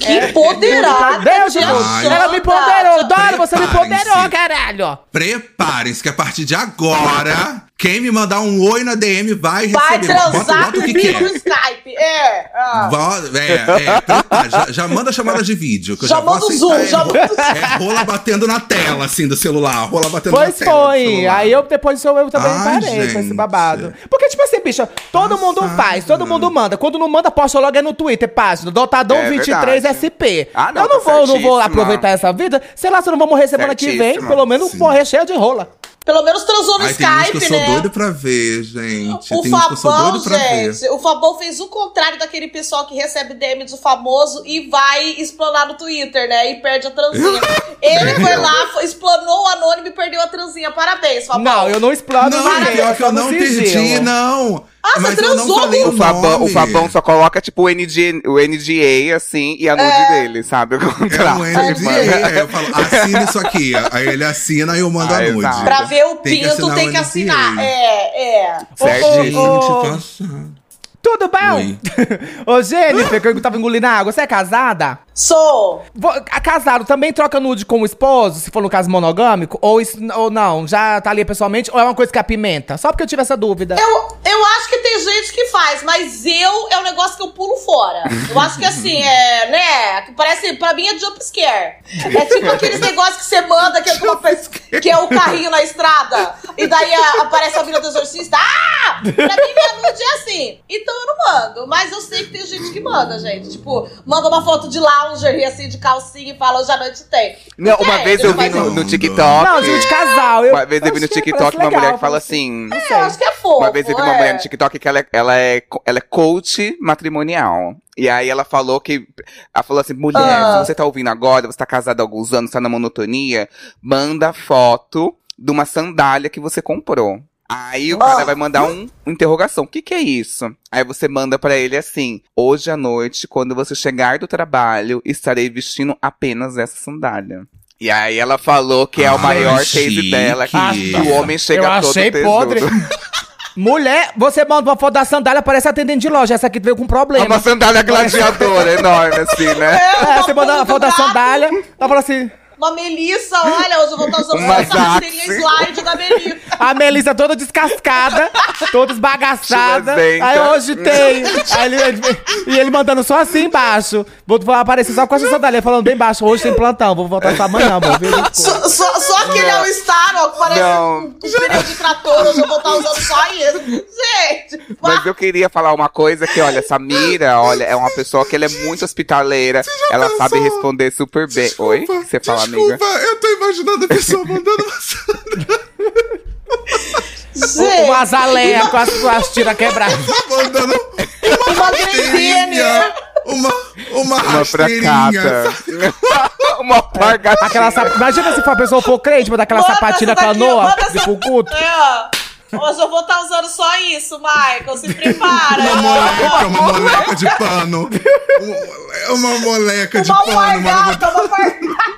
C: Empoderada.
F: É. Deus, de Deus,
E: Ai.
F: ela me empoderou. Dora, você me empoderou,
E: Preparem-se.
F: caralho.
E: Preparem-se que a partir de agora, quem me mandar um oi na DM vai receber.
C: Vai
E: bota,
C: transar
E: bota o que
C: comigo no
E: quer.
C: Skype. É. ah.
E: Vo- É, é, prepara, já, já manda a chamada de vídeo. Que eu
C: Já
E: já vou
C: manda o
E: aceitar.
C: zoom,
E: É,
C: já
E: ro-
C: manda o zoom.
E: É rola batendo na tela, assim, do celular. Rola batendo na
F: Pois
E: tela. do
F: foi.
E: celular.
F: Aí eu depois eu, eu também
E: Ai,
F: parei com esse
E: gente.
F: babado. Porque, tipo assim, bicha, todo mundo faz, todo mundo manda. Quando não manda, posta logo é no Twitter, página. Dotadão
B: É
F: 23
B: verdade.
F: SP.
B: Ah, não,
F: eu não
B: tá
F: vou, não vou
B: certíssima.
F: aproveitar essa vida. Sei lá, se eu não vou morrer semana que vem,
B: Certíssima,
F: pelo menos
E: sim.
F: morrer cheio de rola.
C: Pelo menos transou no
E: Ai, tem uns que eu
C: Skype,
E: sou
C: né?
E: doido pra ver, gente.
C: O
E: tem uns que eu sou
C: Fabão,
E: doido pra ver.
C: gente, o Fabão fez o contrário daquele pessoal que recebe DM do famoso e vai explanar no Twitter, né? E perde a transinha. Ele foi lá, foi- explanou o anônimo e perdeu a transinha. Parabéns, Fabão.
F: Não, eu não explano
E: Não,
F: ninguém,
E: pior que
F: só
E: eu
F: no
E: não
F: sigilo.
E: perdi, não.
C: Ah, você
E: Mas eu não
C: transou
E: falei
C: com
E: o
B: O Fabão, o
E: nome.
B: Fabão só coloca, tipo, o, NG, o NGA, assim, e a nude dele, sabe? O
E: É
B: contrato.
E: um
B: ele
E: NDA,
B: manda.
E: é, eu falo, assina isso aqui. Aí ele assina e eu mando
B: Ah,
E: a nude.
B: exato.
C: Pra ver o
E: Tem que
C: pinto,
E: assinar
C: tem
E: o
C: que assinar.
E: NDA.
C: É, é.
E: Gente, tá
B: Certinho.
F: Ô, ô, ô.
E: passado.
F: Tudo
E: Oi.
F: bom? Ô, Jennifer, que eu tava engolindo água, você é casada?
C: Sou.
F: Vo- a- Casado também troca nude com o esposo, se for no caso monogâmico? Ou, isso- ou não? Já tá ali pessoalmente? Ou é uma coisa que apimenta? Só porque eu tive essa dúvida.
C: Eu, eu acho que tem gente que faz, mas eu é um negócio que eu pulo fora. Eu acho que assim, é, né? que Parece, pra mim é jump scare. É tipo aqueles negócios que você manda que é, com uma pessoa- que é o carrinho na estrada. E daí a- aparece a mina do exorcista. Ah! Pra mim, minha nude é assim. Então eu não mando. Mas eu sei que tem gente que manda, gente. Tipo, manda uma foto de lounger e assim, de calcinha e fala, hoje à noite tem.
B: Não, uma
C: É,
B: vez
C: eu
B: eu vi
C: faço
B: no,
E: isso.
B: no TikTok.
F: um Não, gente, casal. Eu,
B: Uma vez eu vi no
F: achei-
B: Tiktok
F: parece é
B: uma
F: legal,
B: mulher que fala
F: parece-
B: assim.
C: É, eu acho que é fofo.
B: Uma vez eu vi uma
C: é.
B: mulher no TikTok que ela é, ela é, co- ela é coach matrimonial. E aí ela falou que. Ela falou assim: mulher,
C: Ah.
B: se você tá ouvindo agora, você tá casada há alguns anos, tá na monotonia, manda foto de uma sandália que você comprou. Aí o cara
C: Ah.
B: vai mandar um uma interrogação. O que, que é isso? Aí você manda pra ele assim: hoje à noite, quando você chegar do trabalho, estarei vestindo apenas essa sandália. E aí ela falou que é o
E: Ai,
B: maior case
E: chique.
B: dela, que
E: Ah,
B: o homem chega
F: Ah, eu
B: todo
F: achei
B: tesudo.
F: podre. Mulher, você manda uma foto da sandália, parece atendente de loja. Essa aqui veio com problema.
B: Uma sandália gladiadora enorme, assim, né?
C: É,
F: É,
C: uma
F: você manda uma
C: bunda
F: foto da
C: do braço.
F: sandália, ela fala assim...
C: Uma Melissa, olha, hoje eu vou estar usando
B: Uma
C: essa
B: Zaxi.
C: seria slide da Melissa.
F: A Melissa toda descascada, toda esbagaçada.
B: Chulezenta.
F: Aí hoje tem. Aí ele- ele- e ele mandando só assim embaixo. Vou, vou aparecer só com essa sandália, falando bem baixo. Hoje tem plantão, vou voltar só amanhã, amor. Viu?
C: Só, só, só aquele é o Star, ó, que parece
B: Não.
C: um pneu de trator, hoje eu vou estar usando só isso. Gente,
B: Mas eu queria falar uma coisa que, olha, essa Mira, olha, é uma pessoa que ela é muito hospitaleira. Ela
E: pensou?
B: sabe responder super bem. É, Oi? Você fala, amiga?
E: Desculpa, eu tô imaginando a pessoa mandando uma
C: gente,
F: Uma azaleia com as, com as tiras quebradas.
E: mandando
C: uma grandinha.
E: teirinha, uma, uma
B: Uma
E: rasteirinha.
B: fracata. uma alpargatinha.
F: Aquela sap... Imagina se for uma pessoa for crente, mandar aquela
C: Manda
F: sapatina
C: essa daqui,
F: canoa
C: manda essa-
F: de pucuto.
C: É, ó. Hoje eu vou estar usando só isso, Michael, se prepara.
E: Uma moleca, uma moleca de pano. Uma- Uma moleca de
C: Uma
E: pano, mano.
C: alpargata, uma alpargata.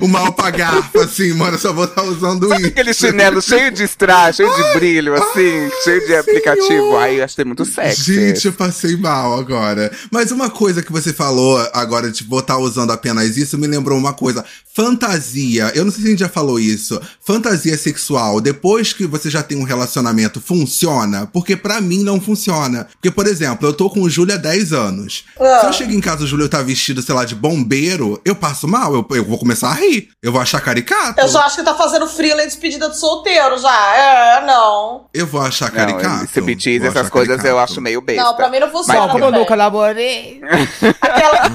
E: Uma alpagarfa, assim, mano. Só vou estar usando isso.
B: Aquele chinelo cheio de strass, cheio de brilho, assim, cheio de aplicativo. Aí eu achei muito sexy.
E: Gente, eu passei mal agora. Mas uma coisa que você falou agora de botar usando apenas isso me lembrou uma coisa. Fantasia. Eu não sei se a gente já falou isso. Fantasia sexual, depois que você já tem um relacionamento, funciona? Porque pra mim não funciona. Porque, por exemplo, eu tô com o Júlio há 10 anos. Se eu chego em casa e o Júlio tá vestido, sei lá, de bombeiro, eu passo mal. Eu, eu vou começar a rir. Eu vou achar caricato.
C: Eu já acho que tá fazendo freelance despedida de solteiro já. É, não.
E: Eu vou achar
B: Não,
E: caricato.
B: esse bitiz,
E: Vou
B: essas
E: achar
B: coisas eu
E: caricato.
B: acho meio besta.
C: Não, pra mim não
F: Só
C: funciona.
F: como eu
C: também.
F: nunca namorei.
C: Aquela,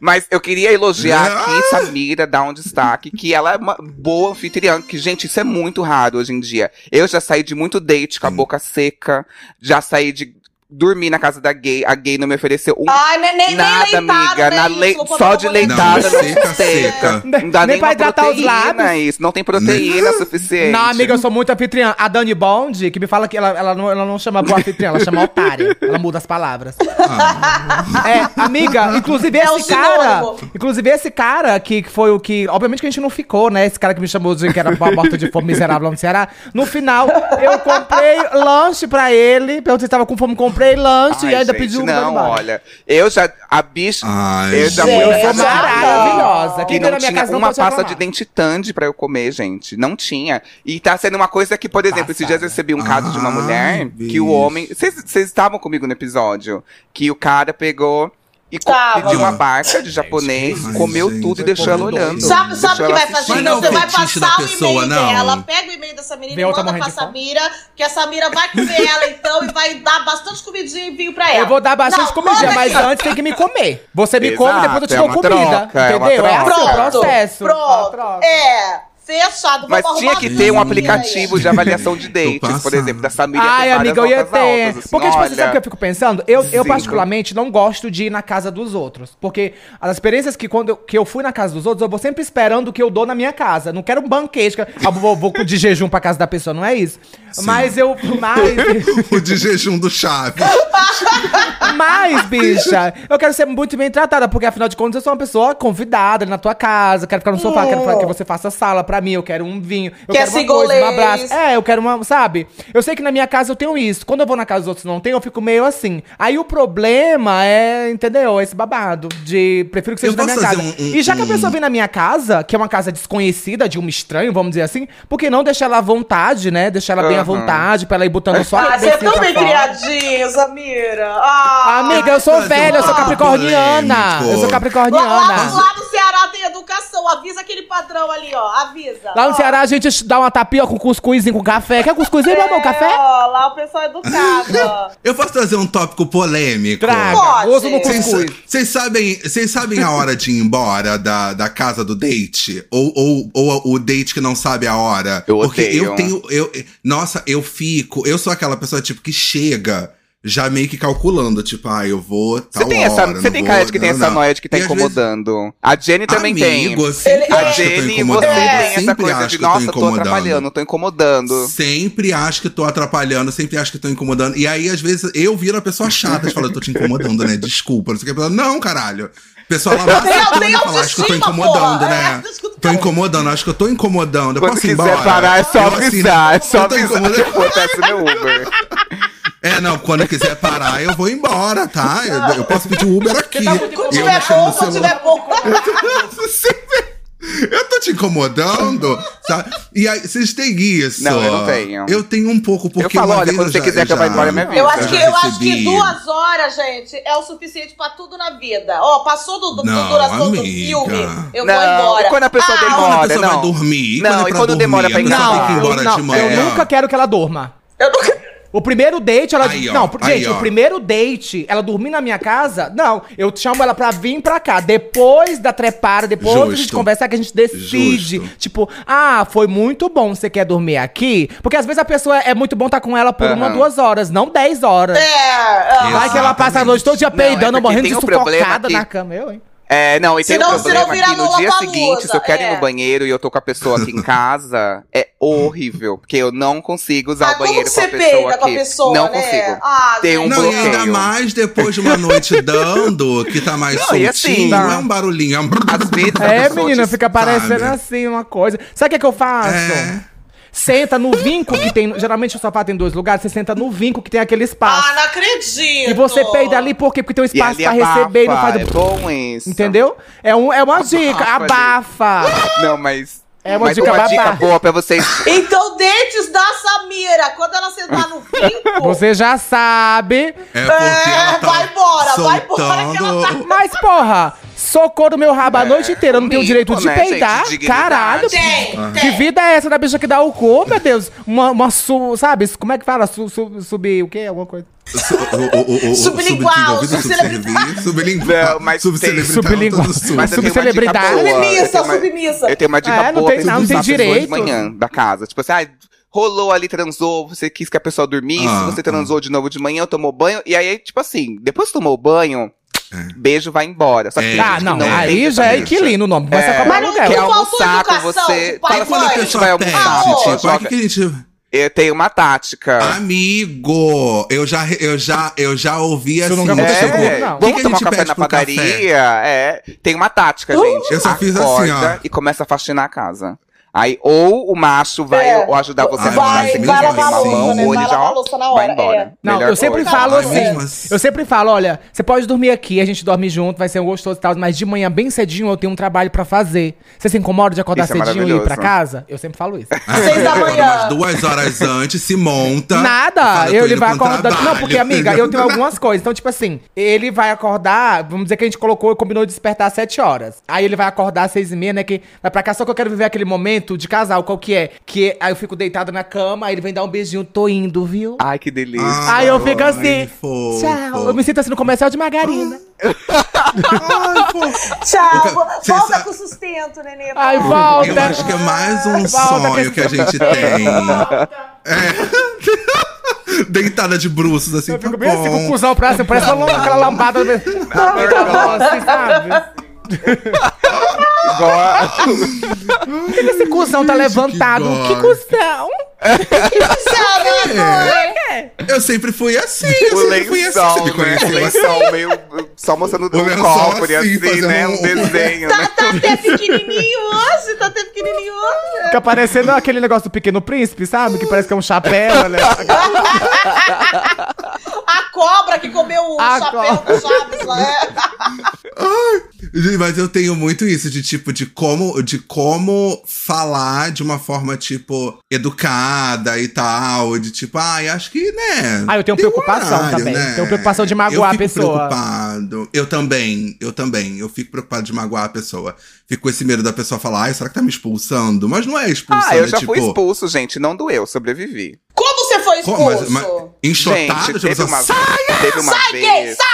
B: Mas eu queria elogiar aqui Samira, dar um destaque, que ela é uma boa anfitriã, que, gente, isso é muito raro hoje em dia. Eu já saí de muito date com a boca seca, já saí de dormir na casa da gay, a gay não me ofereceu um
C: Ai, nem, nem,
B: Nada,
C: nem leitado,
B: amiga.
C: nem
B: na
C: isso,
B: lei-
C: vou
B: Só
C: botar
B: de
C: uma bolinha.
B: leitada
E: Não,
B: não
E: seca,
B: seca.
E: seca.
B: Não dá
F: Nem
B: nem
F: pra
B: uma
F: hidratar os
B: proteína
F: lábios.
B: isso. Não tem proteína suficiente.
F: Não, amiga, eu sou muito anfitriã. A Dani Bond, que me fala que ela, ela, não, ela não chama boa anfitriã, ela chama otária. Ela muda as palavras.
E: Ah.
F: É, amiga, inclusive
C: É o
F: esse cara.
C: sinônimo.
F: Inclusive esse cara que que foi o que. Obviamente que a gente não ficou, né? Esse cara que me chamou dizendo que era uma morta de fome miserável lá no Ceará. No final, eu comprei lanche pra ele. Perguntei se tava com fome, comprei lanche
B: Ai,
F: e ainda
B: gente,
F: pedi um
B: Não,
F: Dani Bond.
B: olha. Eu já. A bicha.
E: Ai,
B: eu já
C: gente.
B: fui na
F: Foi
B: casa da
F: é
C: Maravilhosa.
F: maravilhosa.
B: Que
F: Quem
B: não
F: veio na minha
B: tinha
F: casa não
B: uma
F: pode
B: pasta
F: reclamar.
B: de dentitande pra eu comer, gente. Não tinha. E tá sendo uma coisa que, por exemplo, esses dias eu recebi um caso de uma
F: Ah,
E: Ai,
B: mulher que
E: bicho.
B: o homem. Vocês vocês estavam comigo no episódio? Que o cara pegou. E co-
C: Tava.
B: pediu uma barca de japonês,
E: Ai,
B: comeu
E: gente,
B: tudo e
E: é
B: deixou ela
E: pobre
B: olhando.
E: doido.
C: Sabe, sabe
B: Deixou
C: o que
B: ela
C: vai fazer?
E: Mas não é o
C: Você vai
E: fetiche da
C: passar
E: pessoa,
C: o e-mail
E: não.
C: dela, pega o e-mail dessa menina
F: Vê
C: e
F: outra
C: manda pra
F: morrendo de fome.
C: Samira, que a Samira vai comer ela então e vai dar bastante comidinha e vinho pra ela.
F: Eu vou dar bastante
C: Não,
F: comidinha,
C: manda
F: mas
C: aqui.
F: antes tem que me comer. Você me
B: Exato,
F: come, depois eu te
B: é
F: dou
B: uma
F: comida.
B: troca, é uma
F: entendeu? É, assim
B: troca.
F: o processo. É uma
C: Pronto,
F: troca.
C: pronto. É, fechado.
B: Mas
C: Vamos
B: tinha
C: arrumar
B: que
C: a
B: ter um
C: comidinha
B: aplicativo
C: aí.
B: de avaliação de dates, por
E: passado.
B: exemplo, da família.
F: Ai, amiga, eu ia ter.
B: assim,
F: porque, tipo, você sabe o que eu fico pensando? Eu, eu
B: Sim.
F: particularmente, não gosto de ir na casa dos outros. Porque as experiências que quando eu, que eu fui na casa dos outros, eu vou sempre esperando o que eu dou na minha casa. Não quero um banquete. que eu- Ah, vou, vou de jejum pra casa da pessoa, não é isso? Mas eu. Mas,
E: O de jejum do Chaves.
F: Mas, bicha, eu quero ser muito bem tratada, porque afinal de contas eu sou uma pessoa convidada na tua casa, quero ficar no sofá, quero fa- que você faça sala pra mim, eu quero um vinho, eu
C: Quer
F: quero uma
C: cigolês.
F: coisa, um abraço. É, eu quero uma, sabe? Eu sei que na minha casa eu tenho isso. Quando eu vou na casa dos outros e não tem, eu fico meio assim. Aí o problema é, entendeu? Esse babado de prefiro que
E: Eu
F: seja na minha
E: posso
F: casa.
E: fazer um- um-
F: e já que a
E: um-
F: pessoa vem na minha casa, que é uma casa desconhecida, de um estranho, vamos dizer assim, por que não deixar ela à vontade, né? Deixar ela bem à
B: Aham.
F: vontade, pra ela ir botando só
C: Ah,
F: a
C: você é
F: cabecinha
C: tão
F: pra
C: bem
F: fora.
C: criadinha, Samira. Ah,
F: Amiga, eu sou
E: Mas
F: velha, eu sou
E: um
F: capricorniana. Eu sou
E: polêmico.
C: Lá, lá,
F: capricorniana.
C: lá no Ceará tem educação. Avisa aquele padrão ali, ó. Avisa.
F: Lá no
C: Ó,
F: Ceará a gente dá uma tapioca com cuscuzinho com café. Quer cuscuzinho, meu amor?
C: é,
F: Café?
C: ó, lá o pessoal é educado. ó.
E: Eu posso trazer um tópico polêmico?
F: Traga.
C: Pode.
F: Gozo no
E: Vocês sa-
F: cuscuz.
E: Vocês sabem, vocês sabem a hora de ir embora da, da casa do date? Ou, ou, ou o date que não sabe a hora?
B: Eu
E: Porque eu
B: odeio.
E: tenho. Eu, nossa, eu fico. Eu sou aquela pessoa, tipo, que chega. Já meio que calculando, tipo, ah, eu vou.
B: Você
F: Tá
E: Tal
B: tem, essa,
E: hora,
B: você
E: não
B: tem
E: vou,
B: cara de que tem
E: não,
B: essa
E: não.
B: noia de que tá
E: E às vezes-
B: incomodando. A Jenny também tem.
E: Amigo, eu sempre
C: Ele-
B: A
E: acho que eu tô
B: Jenny, você
E: incomodando. É.
B: tem essa
E: sempre
B: coisa
E: acho
B: de,
E: que eu tô
B: nossa, tô
E: incomodando.
B: atrapalhando, tô incomodando.
E: Sempre acho que tô atrapalhando, sempre acho que tô incomodando. E aí, às vezes, eu viro a pessoa chata e falo, eu tô te incomodando, né? Desculpa. Não sei o que. A pessoa, Não, caralho. A pessoa lá vai
C: Tem-
E: se
C: tem
E: e fala, acho que eu tô
C: autoestima,
E: incomodando,
C: porra.
E: né?
C: É, desculpa.
E: Tô incomodando, acho que eu tô incomodando. Eu
B: Quando
E: posso ir
B: quiser
E: embora.
B: parar, é só
E: Eu, assim,
B: avisar. É só
E: eu tô
B: avisar que
E: incomodando.
B: acontece meu Uber.
E: É, não, quando eu quiser parar, eu vou embora, tá? Eu, eu posso pedir Uber aqui.
C: Quando
E: E eu
C: tiver
E: mexendo
C: bom,
E: no
C: tá quando
E: celular.
C: tiver bom.
E: Eu tô te incomodando, sabe? E aí, vocês têm isso?
B: Não, eu não tenho.
E: Eu tenho um pouco, porque
B: eu falo,
E: uma
B: olha,
E: vez
B: quando você
E: já-
B: quiser que eu vá
E: já-
B: embora, me avisa.
C: Eu acho, que,
E: já
C: eu acho
E: recebi-
C: que duas horas, gente, é o suficiente pra tudo na vida. Ó, passou do, do,
E: Não,
C: do duração
E: amiga.
C: do filme, eu vou
B: Não,
C: embora.
B: e quando a pessoa
C: ah,
E: Quando a
B: demora,
E: pessoa
B: não.
E: vai dormir.
B: Não,
E: quando é
B: e
E: pra
B: quando
E: dormir,
B: demora pra
E: a pessoa
B: engatar?
E: tem que ir embora
F: não,
E: de manhã.
F: eu nunca quero que ela dorma.
C: Eu nunca...
F: O primeiro date, ela.
E: Aí, ó,
F: não, pr-
E: aí,
F: gente,
E: ó.
F: o primeiro date, ela dormir na minha casa, não. Eu chamo ela pra vir pra cá. Depois da trepada, depois a gente
E: Justo.
F: conversar, que a gente decide.
E: Justo.
F: Tipo, ah, foi muito bom, você quer dormir aqui? Porque às vezes a pessoa é muito bom estar com ela por uma,
B: Aham.
F: duas horas, não dez horas.
C: É,
E: Eu-
C: ó.
F: Vai que ela passa a noite todo dia
B: Não, é
F: peidando,
B: porque
F: morrendo
B: tem
F: de
B: um problema
F: sufocada
B: que-
F: na cama. Eu, hein?
B: É, não, e tem
C: Senão-
B: um problema
C: senão vira
B: que no dia
C: Lollapalooza,
B: seguinte, se eu quero ir
C: é.
B: no banheiro e eu tô com a pessoa aqui em casa, é horrível. Porque eu não consigo usar
C: Ah,
B: o
C: como
B: banheiro
C: que
B: com a
C: você peida
B: pessoa
C: com a
B: aqui.
C: pessoa,
B: não
C: né?
B: consigo.
C: Ah,
B: Tem um
C: gente.
E: Não, e ainda
B: bloqueio.
E: mais depois de uma noite dando, que tá mais
B: Não, e
E: soltinho.
B: assim,
E: não
B: tá.
E: é um barulhinho, é um...
B: Às vezes a
F: É,
B: pessoa
F: menina,
B: te-
F: fica parecendo
E: sabe?
F: assim uma coisa. Sabe o que, é que eu faço?
E: É.
F: Senta no vinco que tem. Geralmente o sofá tem dois lugares, você senta no vinco que tem aquele espaço.
C: Ah, não acredito.
F: E você peida ali por quê? Porque tem um
B: E
F: espaço
B: ali
F: pra
B: abafa,
F: receber e não faz.
B: É bom isso.
F: Entendeu? É, um, é uma dica.
B: ali.
F: Abafa!
B: Não, mas.
F: É uma
B: mas
F: dica
B: uma dica
F: babá.
B: boa pra vocês.
C: Então, dentes da Samira, quando ela sentar no vinco,
F: Você já sabe.
E: É porque ela tá
C: vai embora, vai embora, que ela tá-
E: soltando-
F: Mas, porra, socou no meu rabo a noite inteira. Eu não tenho o
B: comigo,
F: direito de
B: É, né,
F: peidar.
B: gente? Dignidade.
F: Caralho.
C: tem,
F: Que
C: tem.
F: vida é essa da bicha que dá o cu, meu Deus? Uma, uma su, sabe? Como é que fala? Su, su- subir o quê? Alguma coisa.
E: su- o- o- o- o- o-
C: Sublingual,
E: subdesenvolvido,
C: subcelebridade.
E: subserviente, Sublingual,
B: Não, mas tem-
E: subcelebridade,
F: sublingual.
E: todo tá sul.
F: Mas
B: eu tenho uma
F: Subcelebridade.
B: dica boa. Eu
C: Submissa,
B: tenho uma-
C: submissa.
B: Eu tenho uma dica
F: É, não
B: boa
F: tem-
B: pra
F: não tem
B: expulsar pessoas de
F: direito.
B: manhã da casa. Tipo assim, ah, rolou ali, transou, você quis que a pessoa dormisse,
E: Ah,
B: você transou de novo de manhã, tomou banho. E aí, tipo assim, depois que tomou banho, beijo vai embora. Só que
E: É.
B: tem
F: Ah,
B: gente
F: não,
B: que
F: aí
B: tem
F: já é
B: essa deixa.
F: equilíbrio o nome. Começa
B: É.
F: a
C: Mas
F: comprar
C: não
F: lugar.
B: Quer
C: Faltou
B: almoçar com
C: educação
B: você.
C: de pai
B: Fala
E: Aí quando a
C: mãe.
B: assim, "Ah, vai
E: pessoa pede,
B: almoçar,
E: tipo,
B: joga-
E: olha que a gente...
B: Eu tenho uma tática.
E: Ah, Amigo, eu já, eu já, eu já ouvi
F: Isso
E: assim.
F: nunca aconteceu
E: tipo,
F: comigo,
B: É,
F: não.
E: "O que que
B: vamos
E: a
B: tomar
E: gente
B: café
E: pede
B: na
E: pro
B: padaria. É, tem uma tática, gente.
E: Eu só fiz
B: Acorda
E: assim, ó.
B: E começa a faxinar a casa. Aí, ou o macho vai
C: É.
B: ou ajudar você
E: Ai,
B: a fazer
E: vai,
B: sem
E: vai
B: ninguém
E: lavar a
B: na
E: louça,
B: mão,
E: né?
B: ou
E: Vai
B: ele já
C: lavar a
B: ó,
C: louça na
B: vai
C: hora,
B: embora.
C: é.
F: Não,
B: Melhor
F: eu sempre
B: coisa.
F: falo
E: Ah,
F: assim.
E: mesmo assim.
F: Eu sempre falo, olha, você pode dormir aqui, a gente dorme junto, vai ser um gostoso e tal, mas de manhã bem cedinho eu tenho um trabalho pra fazer. Você se incomoda de acordar
B: Isso é
F: cedinho e ir pra
B: maravilhoso.
F: casa? Eu sempre falo isso.
C: Seis da manhã.
E: Umas duas horas antes, se monta.
F: Nada,
E: Tá. fala, "Tô
F: eu, ele
E: indo
F: vai
E: pra um
F: acordando. Não,
E: trabalho".
F: porque, amiga, eu tenho algumas coisas. Então, tipo assim, ele vai acordar, vamos dizer que a gente colocou e combinou de despertar às 7 horas. Aí ele vai acordar às 6 e meia, né? Que vai pra cá, só que eu quero viver aquele momento de casal, qual que é? Que aí eu fico deitado na cama, aí ele vem dar um beijinho, tô indo, viu?
B: Ai, que delícia.
E: Ah,
F: Aí eu fico
E: ai,
F: assim.
E: fofo.
F: Tchau. Eu me sinto assim no comercial de margarina.
E: Ai, fofo.
C: Tchau,
E: Eu-
C: volta
E: Cê sabe-
C: com sustento, nenê.
F: Ai,
C: Volta.
F: volta.
E: Eu acho que é mais um
F: Volta com
E: sonho
F: esse-
E: que a gente tem. É. Deitada de bruços, assim,
F: Eu
E: tá
F: fico bem assim com o
E: bom. Tá
F: cuzão pra cima, parece uma, aquela lambada. assim, sabe?
B: Igual-
F: Por que que esse cuzão tá
E: Gente, que
F: levantado? Que,
E: dó.
F: cuzão?
C: Tchau, né, amor?
E: Eu sempre fui assim, eu
B: o
E: sempre fui assim. Você
B: lençol,
E: me
B: né? O
E: conheceu assim.
B: lençol meio... Só mostrando
E: O
B: um
E: lençol
B: copo e
E: assim,
B: assim, né?
E: fazendo
B: Um
E: um-
B: desenho,
C: Tá,
B: né?
C: tá até pequenininho hoje, tá até pequenininho hoje.
F: Fica parecendo aquele negócio do Pequeno Príncipe, sabe? Que parece que é um chapéu, né?
C: A cobra que comeu o
F: A
C: chapéu
F: cobra.
C: do Chaves lá. É.
E: Gente, Mas eu tenho muito isso de tipo de como de como falar de uma forma tipo educada e tal, de tipo, ai, acho que, né?
F: Ah, eu tenho
E: tem um
F: preocupação também. Tenho preocupação de magoar
E: eu
F: a
E: fico
F: pessoa.
E: preocupado. Eu também, eu também. Eu fico preocupado de magoar a pessoa. Fico com esse medo da pessoa falar, ai, será que tá me expulsando? Mas não é expulsão,
B: Ah, eu
E: é
B: já
E: tipo
B: fui expulso, gente. Não doeu, sobrevivi.
C: Como você foi
E: como? Mas-
C: expulso?
E: mas- enxotada,
B: Gente,
E: tipo,
B: teve
E: pessoa,
B: uma, teve uma
C: Sai, gay,
B: vez...
C: sai!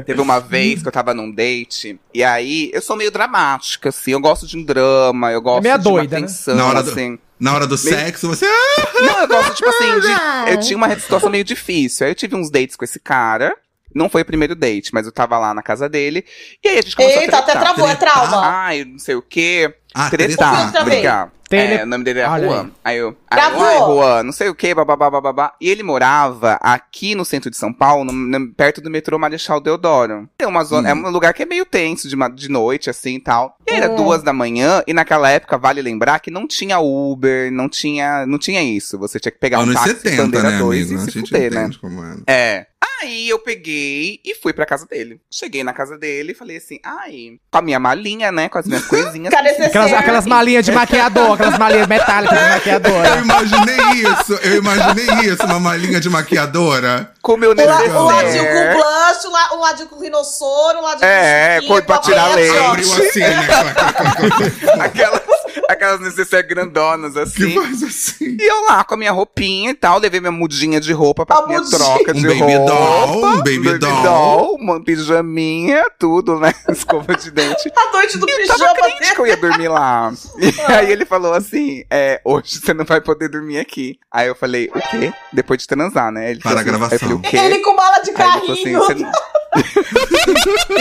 B: Teve uma vez que eu tava num date, e aí eu sou meio dramática, assim. Eu gosto de um drama, eu gosto
F: meia
B: de
F: doida, né?
B: uma tensão,
E: Na hora do-
B: assim.
E: na hora do sexo, você. "Ah!"
B: Não, eu gosto, tipo assim, de, eu tinha uma situação meio difícil. Aí eu tive uns dates com esse cara. Não foi o primeiro date, mas eu tava lá na casa dele. E aí a gente começou
C: Eita,
B: a
C: até
B: tretar.
C: travou, é trauma.
B: Ai, não sei o quê.
E: Ah,
B: tretar,
C: tretar. Também.
B: brigar.
F: Tele-
B: É, o nome dele é
F: Olha
B: Juan. Aí eu, aí eu,
C: Travou.
B: ai, Juan, não sei o quê, babá, babá. E ele morava aqui no centro de São Paulo, no- no- perto do metrô Marechal Deodoro. Tem uma zona,
E: Hum.
B: é um lugar que é meio tenso de, ma- de noite, assim e tal. E era duas da manhã, e naquela época, vale lembrar que não tinha Uber, não tinha, não tinha isso. Você tinha que pegar um
E: Anos
B: táxi,
E: 70,
B: bandeira
E: né,
B: 2
E: amigo?
B: e
E: A
B: se
E: gente
B: fuder, né?
E: entende como é.
B: É. Aí eu peguei e fui pra casa dele. Cheguei na casa dele e falei assim, ai, com a minha malinha, né? Com as minhas coisinhas.
C: Cadê esse
F: Aquelas, aquelas malinhas de maquiador, aquelas malinhas metálicas de maquiador. né?
E: Eu imaginei isso, eu imaginei isso, uma malinha de maquiadora.
B: Com o meu
C: O, la- o ladinho
B: necessaire.
C: um com blush, um o, la- o ladinho com rinossoro, o ladinho
B: É,
C: com
B: cor pra
C: com
B: tirar
C: aberto.
B: leite.
E: Abriu assim, né? clac, clac, clac,
B: Aquelas, aquelas necessaires grandonas,
E: Que
B: assim.
E: faz assim.
B: E eu lá com a minha roupinha e tal, levei minha mudinha de roupa pra
C: A
B: minha
C: mudinha.
B: troca
E: Um
B: de
E: baby
B: roupa.
E: doll, um baby doll.
B: uma pijaminha, tudo, né? Escova de dente.
C: A noite do
B: Eu tava
C: pijama
B: crente
C: dele.
B: que eu ia dormir lá. E aí ele falou assim: é, hoje você não vai poder dormir aqui. Aí eu falei, o quê? Depois de transar, né? Ele
E: Para a
B: falou assim- aí eu
E: gravação.
B: falei, o
C: Ele
B: quê?
C: com mala de
B: Aí ele falou
C: carrinho.
B: assim, "Você não-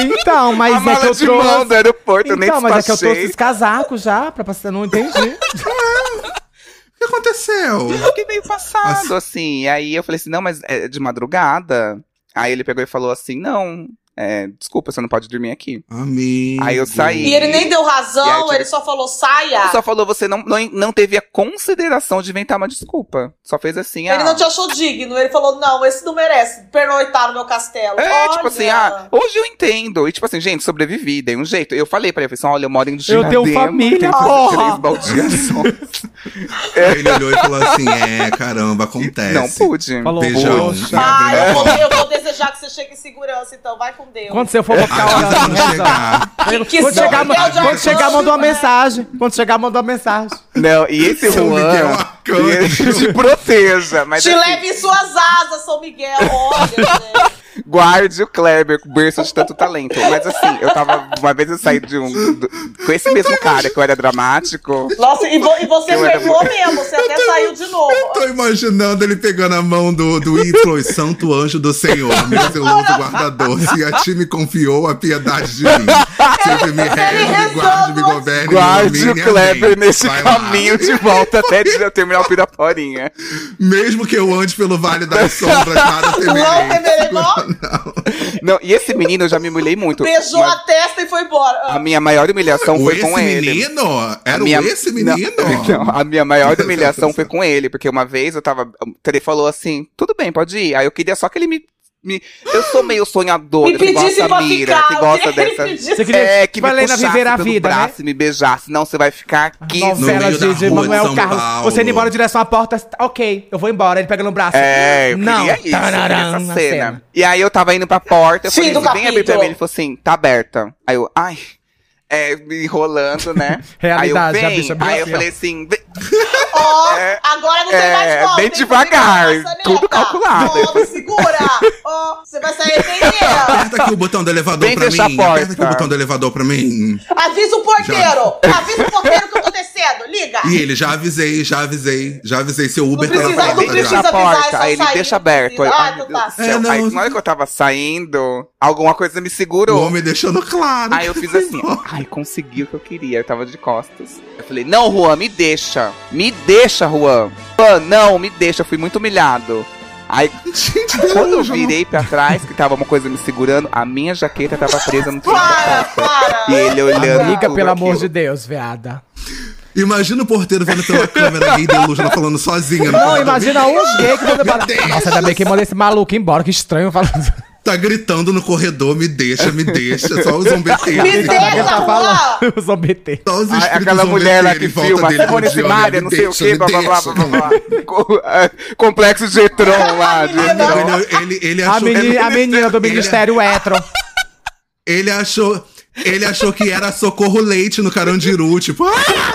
F: Então, mas
B: a
F: é que
B: mala
F: eu
B: de mão do
F: trouxe.
B: aeroporto, eu nem
F: Então, mas é que eu trouxe
B: despachei.
F: esses casacos já, pra você não entendi.
E: O que aconteceu?
B: Eu fiquei meio passado, assim. E aí eu falei assim, não, mas é de madrugada. Aí ele pegou e falou assim, não, é, desculpa, você não pode dormir aqui.
E: Amigo.
B: Aí eu saí.
C: E ele nem deu
B: E aí,
C: razão,
B: tipo-
C: ele só falou saia.
B: Ele só falou, você não, não, não teve a consideração de inventar uma desculpa. Só fez assim, ah...
C: Ele não te achou digno, ele falou, não, esse não merece pernoitar no meu castelo.
B: É,
C: Olha.
B: tipo assim, ah, hoje eu entendo. E tipo assim, gente, sobrevivi, dei um jeito. Eu falei pra ele, eu falei assim, olha, eu moro em Diadema.
F: tenho família,
B: tenho
C: Oh!
F: porra!
B: três baldeações.
E: Aí ele olhou e falou assim: é, caramba, acontece.
B: Não pude.
F: Falou,
E: Beijão. E
F: poxa.
E: abriu a
B: Tá.
C: Ai, eu
E: porta.
B: É.
C: vou, eu vou desejar que você chegue em segurança, então vai com Deus.
F: Quando você for
B: É.
F: pra ficar orando,
E: Aguardando
F: rezando.
E: chegar.
C: que
F: Quando chegar,
C: Deus
F: ma-
C: já
F: quando chegar,
C: ajuda,
F: mandou uma
C: né?
F: mensagem. Quando chegar, mandou uma mensagem.
B: Não, e esse
E: São Miguel
B: Juan,
E: Arcanjo.
B: ele te proteja, mas
C: Te
B: assim,
C: leve em suas asas, São Miguel. Olha, gente.
B: guarde o Kleber, berço de tanto talento. Mas assim, eu tava, uma vez eu saí de um, do- com esse mesmo cara que eu era dramático.
C: Nossa, e, vo- e você
B: Eu era
C: pegou mesmo, você até saiu de novo.
E: Eu tô imaginando ele pegando a mão do, do Hitler, santo anjo do Senhor, meu zeloso guardador. Se a ti me confiou a piedade de mim. Sempre me rege, guarde,
C: né?
E: me governe, me
B: Guarde o
E: ilumine,
B: Kleber
E: amém.
B: nesse
E: Vai lá.
B: caminho de volta até de eu terminar o Piraporinha.
E: Mesmo que eu ande pelo vale das sombras, nada temerei.
C: Não temerei mal?
B: Não, e esse menino eu já me humilhei muito.
C: Beijou
B: Mas
C: a testa e foi embora.
B: a minha maior humilhação
E: O
B: foi
E: esse
B: com ele.
E: menino? Era
B: A minha-
E: o esse menino?
B: Não, não, a minha maior humilhação foi com ele, porque uma vez eu tava. Ele falou assim: tudo bem, pode ir. Aí eu queria só que ele me. me- eu sou meio sonhadora,
C: Me
B: que
C: pedisse
B: gosta
C: pra
B: da Mira,
C: ficar,
B: que
C: eu queria
B: gosta
C: que
B: dessa.
C: ele pedisse. Você
F: queria
B: é, que me
F: Valena
B: puxasse
F: viver a
B: pelo
F: vida, né?
B: braço e me beijasse. Não, você vai ficar aqui.
E: No
F: Novela
E: meio da
F: de, de
E: rua de
F: Manuel
E: São
F: Carlos.
E: Paulo.
F: Você indo embora em direção à porta. Ok, eu vou embora. Ele pega no braço.
B: É, eu
F: Não.
B: queria isso,
F: Tararam,
B: eu queria essa
F: a
B: cena. E aí eu tava indo pra porta, eu
C: Fim
B: falei,
C: do
B: assim, vem abrir pra
C: capítulo.
B: mim. Ele falou assim, tá aberta. Aí eu, ai, é, me enrolando, né?
F: Realidade,
B: aí eu,
F: a
B: vem.
F: bicha abriu
B: aí eu
F: assim, ó.
B: falei assim, vem.
C: Ó, agora não tem
B: é,
C: mais volta.
B: bem
C: hein,
B: devagar,
C: Felipe? Nossa,
B: tudo
C: neta.
B: calculado.
C: Ó, me segura. Ó, você vai sair arrependendo.
E: Aperta aqui o botão do elevador
B: Vem
E: pra
B: fechar a
E: mim.
B: porta.
E: Aperta aqui o botão do elevador pra mim.
C: Avisa o porteiro. Avisa o porteiro que eu tô descendo. Liga.
E: E ele, já avisei, já avisei, já avisei. Seu Uber
C: Não
E: tá na
C: precisa, não
E: porta
C: precisa
E: já.
B: a
C: avisar, é
B: porta,
C: só
B: aí ele
C: sair, não
B: deixa
C: precisa.
B: aberto. Aí,
C: Ah,
B: ai,
C: então
B: meu Deus
C: tá.
B: do céu.
E: É, não,
B: aí,
E: eu-
B: na hora que eu tava saindo, alguma coisa me
E: O
B: segurou.
E: homem deixando claro.
B: Aí eu fiz assim, ó, ai, consegui o que eu queria, eu tava de costas. Eu falei, não, Juan, me deixa. Me deixa, Juan. Juan, não, me deixa, eu fui muito humilhado. Aí,
E: Gente,
B: quando eu
E: Deus,
B: virei pra trás, que tava uma coisa me segurando, a minha jaqueta tava presa no fio da
C: Para,
B: calça.
C: para.
B: E ele olhando
F: Amiga,
B: tudo
F: pelo amor de
B: aquilo. Ah,
F: Deus, veada.
E: Imagina o porteiro vendo pela câmera gay delusional falando sozinha. no
F: Não,
E: corredor.
F: imagina um gay que manda pra...
E: Deus.
F: Nossa, ainda bem que mandou esse maluco embora. Que estranho falando.
E: Tá gritando no corredor, me deixa, me deixa. Só os zombeteiros.
C: Me
F: Sabe o que
C: deixa,
F: tá
C: Juan.
F: falando? Os OBT.
E: Só os
B: Ai,
E: espíritos
B: aquela mulher lá que
E: zombeteiros em volta
B: filma,
E: dele,
B: Simone
E: rodeando,
B: Simaria,
E: me
B: não sei o
E: deixa,
B: que,
E: me
B: blá blá blá
E: deixa.
B: blá blá. Co- é, Complexo de Etron lá. de Etron.
E: Não, Ele, ele, ele
F: A
B: é
E: achou
F: meni- a menina do
E: Ele-
F: Ministério Hétero.
E: Ele achou. Ele achou que era socorro leite no Carandiru, tipo, ah,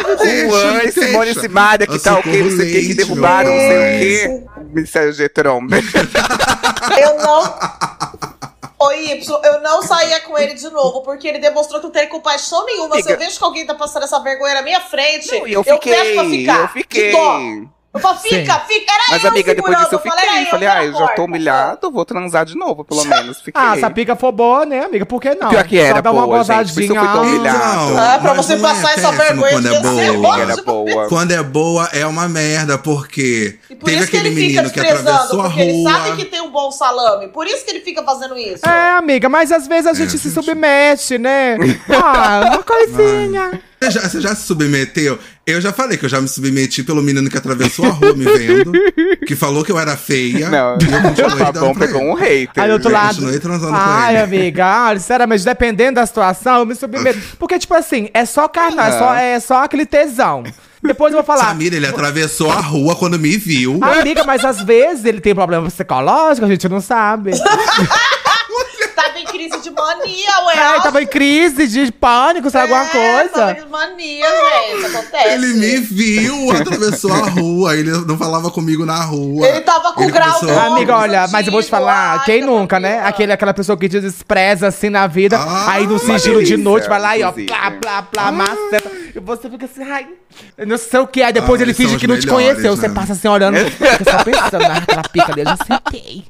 E: me deixa,
B: Juan
E: me
B: e Simone
E: deixa.
B: Simaria, que
E: Ah,
B: tá o que,
E: socorro
B: não sei o que, que
E: leite, É.
B: derrubaram, não
E: meu
B: sei
E: Deus.
B: o que. Ministério Getron.
C: Eu não. Ô, Y, eu não saía com ele de novo, porque ele demonstrou que não tem compaixão nenhuma. Se
B: Amiga.
C: eu vejo que alguém tá passando essa vergonha na minha frente,
B: Não, e
C: eu,
B: eu fiquei,
C: peço pra ficar.
B: eu fiquei.
C: De dó. Eu falo, fica, fica. Era
B: Mas,
C: eu
B: amiga, depois disso eu
C: segurando, era
B: fiquei. Falei, ah, eu já
C: na
B: tô
C: porta.
B: humilhado, vou transar de novo, pelo menos. Fiquei.
F: Ah, se a pica for boa, né, amiga? Por que não?
B: Pior que
F: Só
B: era
F: dá uma
B: boa, gente. Por isso eu
F: gozadinha.
B: fui
F: ah.
B: tão humilhado.
E: Então,
C: Ah, pra
E: mas
C: você
E: não
C: passar
E: péssimo
C: essa vergonha
E: quando
C: de
E: é
C: você,
E: boa.
C: olha.
B: Era boa.
E: Quando é boa, é uma merda, porque
C: E por
E: teve
C: isso que
E: aquele
C: ele fica
E: menino que
C: desprezando,
E: atravessou a
C: porque ele sabe que
E: rua.
C: tem um bom salame. Por isso que ele fica fazendo isso.
F: É, amiga, mas às vezes a gente se submete, né? Ah, uma coisinha.
E: Você já, você já se submeteu? Eu já falei que eu já me submeti pelo menino que atravessou a rua me vendo, que falou que eu era feia.
B: Não,
E: e eu continuei dando
B: o Fabão
E: pra
B: pegou
E: ele.
B: um hater.
F: Aí do outro
E: Eu
F: lado.
E: continuei transando com
F: Ai,
E: ele.
F: amiga, olha, sinceramente, dependendo da situação, eu me submeto. Porque, tipo assim, é só carnal, é
B: Ah.
F: só, é só aquele tesão. Depois eu vou
B: um
F: falar.
E: Samira, ele atravessou a rua quando me viu.
B: Ah,
F: Amiga, mas às vezes ele tem problema psicológico, a gente não sabe.
C: Tava Tá em crise de mania, ué.
B: tá
F: Ai, É, tava em crise de pânico, será alguma
C: É, Tava em
F: coisa?
C: crise de mania, gente. Acontece.
B: é,
E: Ele me viu, atravessou a rua, ele não falava comigo na rua.
C: Ele tava com grau
E: começou-
C: novo.
F: Amiga, olha,
C: Positivo,
F: mas eu vou te falar,
C: ai,
F: quem
C: tá
F: nunca, né?
C: tranquila.
F: Aquele, aquela pessoa que te despreza assim na vida,
E: Ah,
F: aí no
E: uma
F: sigilo de
B: delícia,
F: noite, vai lá e ó,
B: inclusive.
F: plá, plá,
E: Ah.
F: plá, maceta. E você fica assim, ai, eu não sei o que. Aí depois
E: Ah,
F: ele
E: eles são
F: finge
E: os
F: que não te
E: melhores,
F: conheceu. Você
E: né?
F: passa assim olhando, fica só pensando naquela pica dele, eu já sentei.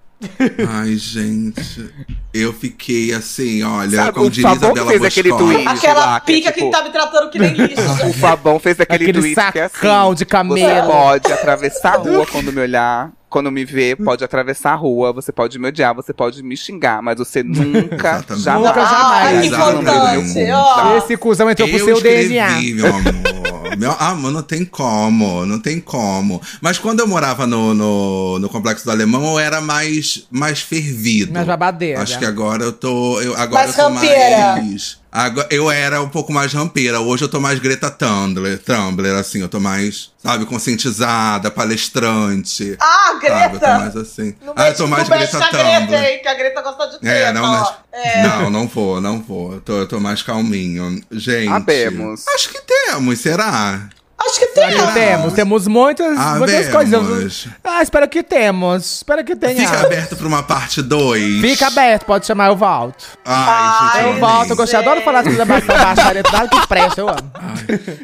E: Ai, gente. Eu fiquei assim, olha,
B: Sabe,
E: como
B: o
E: diria
B: Fabão
E: Isabela
B: fez aquele tweet
E: Boscov.
C: Aquela
B: lá, que é
C: pica que,
B: tipo-
C: tá me tratando que nem lixo.
B: O Fabão fez aquele,
F: Aquele
B: tweet que é assim,
F: sacão de camelo.
B: Você pode atravessar a rua quando me olhar. Quando me ver, pode atravessar a rua. Você pode me odiar, você pode me xingar. Mas você nunca,
E: Exatamente.
B: jamais...
F: Nunca, jamais.
C: Ah, que
E: Exato,
C: importante.
E: meu
B: tá?
C: Ó.
F: Esse cuzão
B: então
F: entrou pro seu DNA.
E: meu amor. Meu, ah, mano, não tem como, não tem como. Mas quando eu morava no, no, no Complexo do Alemão, eu era mais, mais fervido.
F: Mais babadeira.
E: Acho que agora eu tô. Eu, agora
C: Mais
E: eu tô
C: campeira.
E: mais. Agora, eu era um pouco mais rampeira, hoje eu tô mais Greta Thunberg, Thunberg assim, eu tô mais, sabe, conscientizada, palestrante.
C: Ah,
E: Sabe, eu tô mais
C: é Greta!
E: assim.
C: Não
E: ah, eu
C: mexe-
E: tô mais
C: não mexe
E: Greta
C: com a Greta,
E: Thunberg.
C: hein? Que a Greta gosta de treta,
E: né? É, não, mas...
C: ó. É.
E: não, não vou, não vou. Eu tô, eu tô mais calminho. Gente.
B: Sabemos.
E: Acho que temos, será?
C: Acho que
F: Será que né?
C: tem.
F: temos? Temos muitas,
E: é Ah,
F: muitas
E: vemos.
F: coisas. Ah, espero que temos. Espero que tenha.
E: Fica aberto pra uma parte 2.
F: Fica aberto, pode chamar, eu volto.
E: Ai, gente,
C: Ai,
E: eu
F: Eu
E: amei.
F: volto, eu gostei. Adoro falar sobre baixaria, baixaria, nada que presta, eu amo.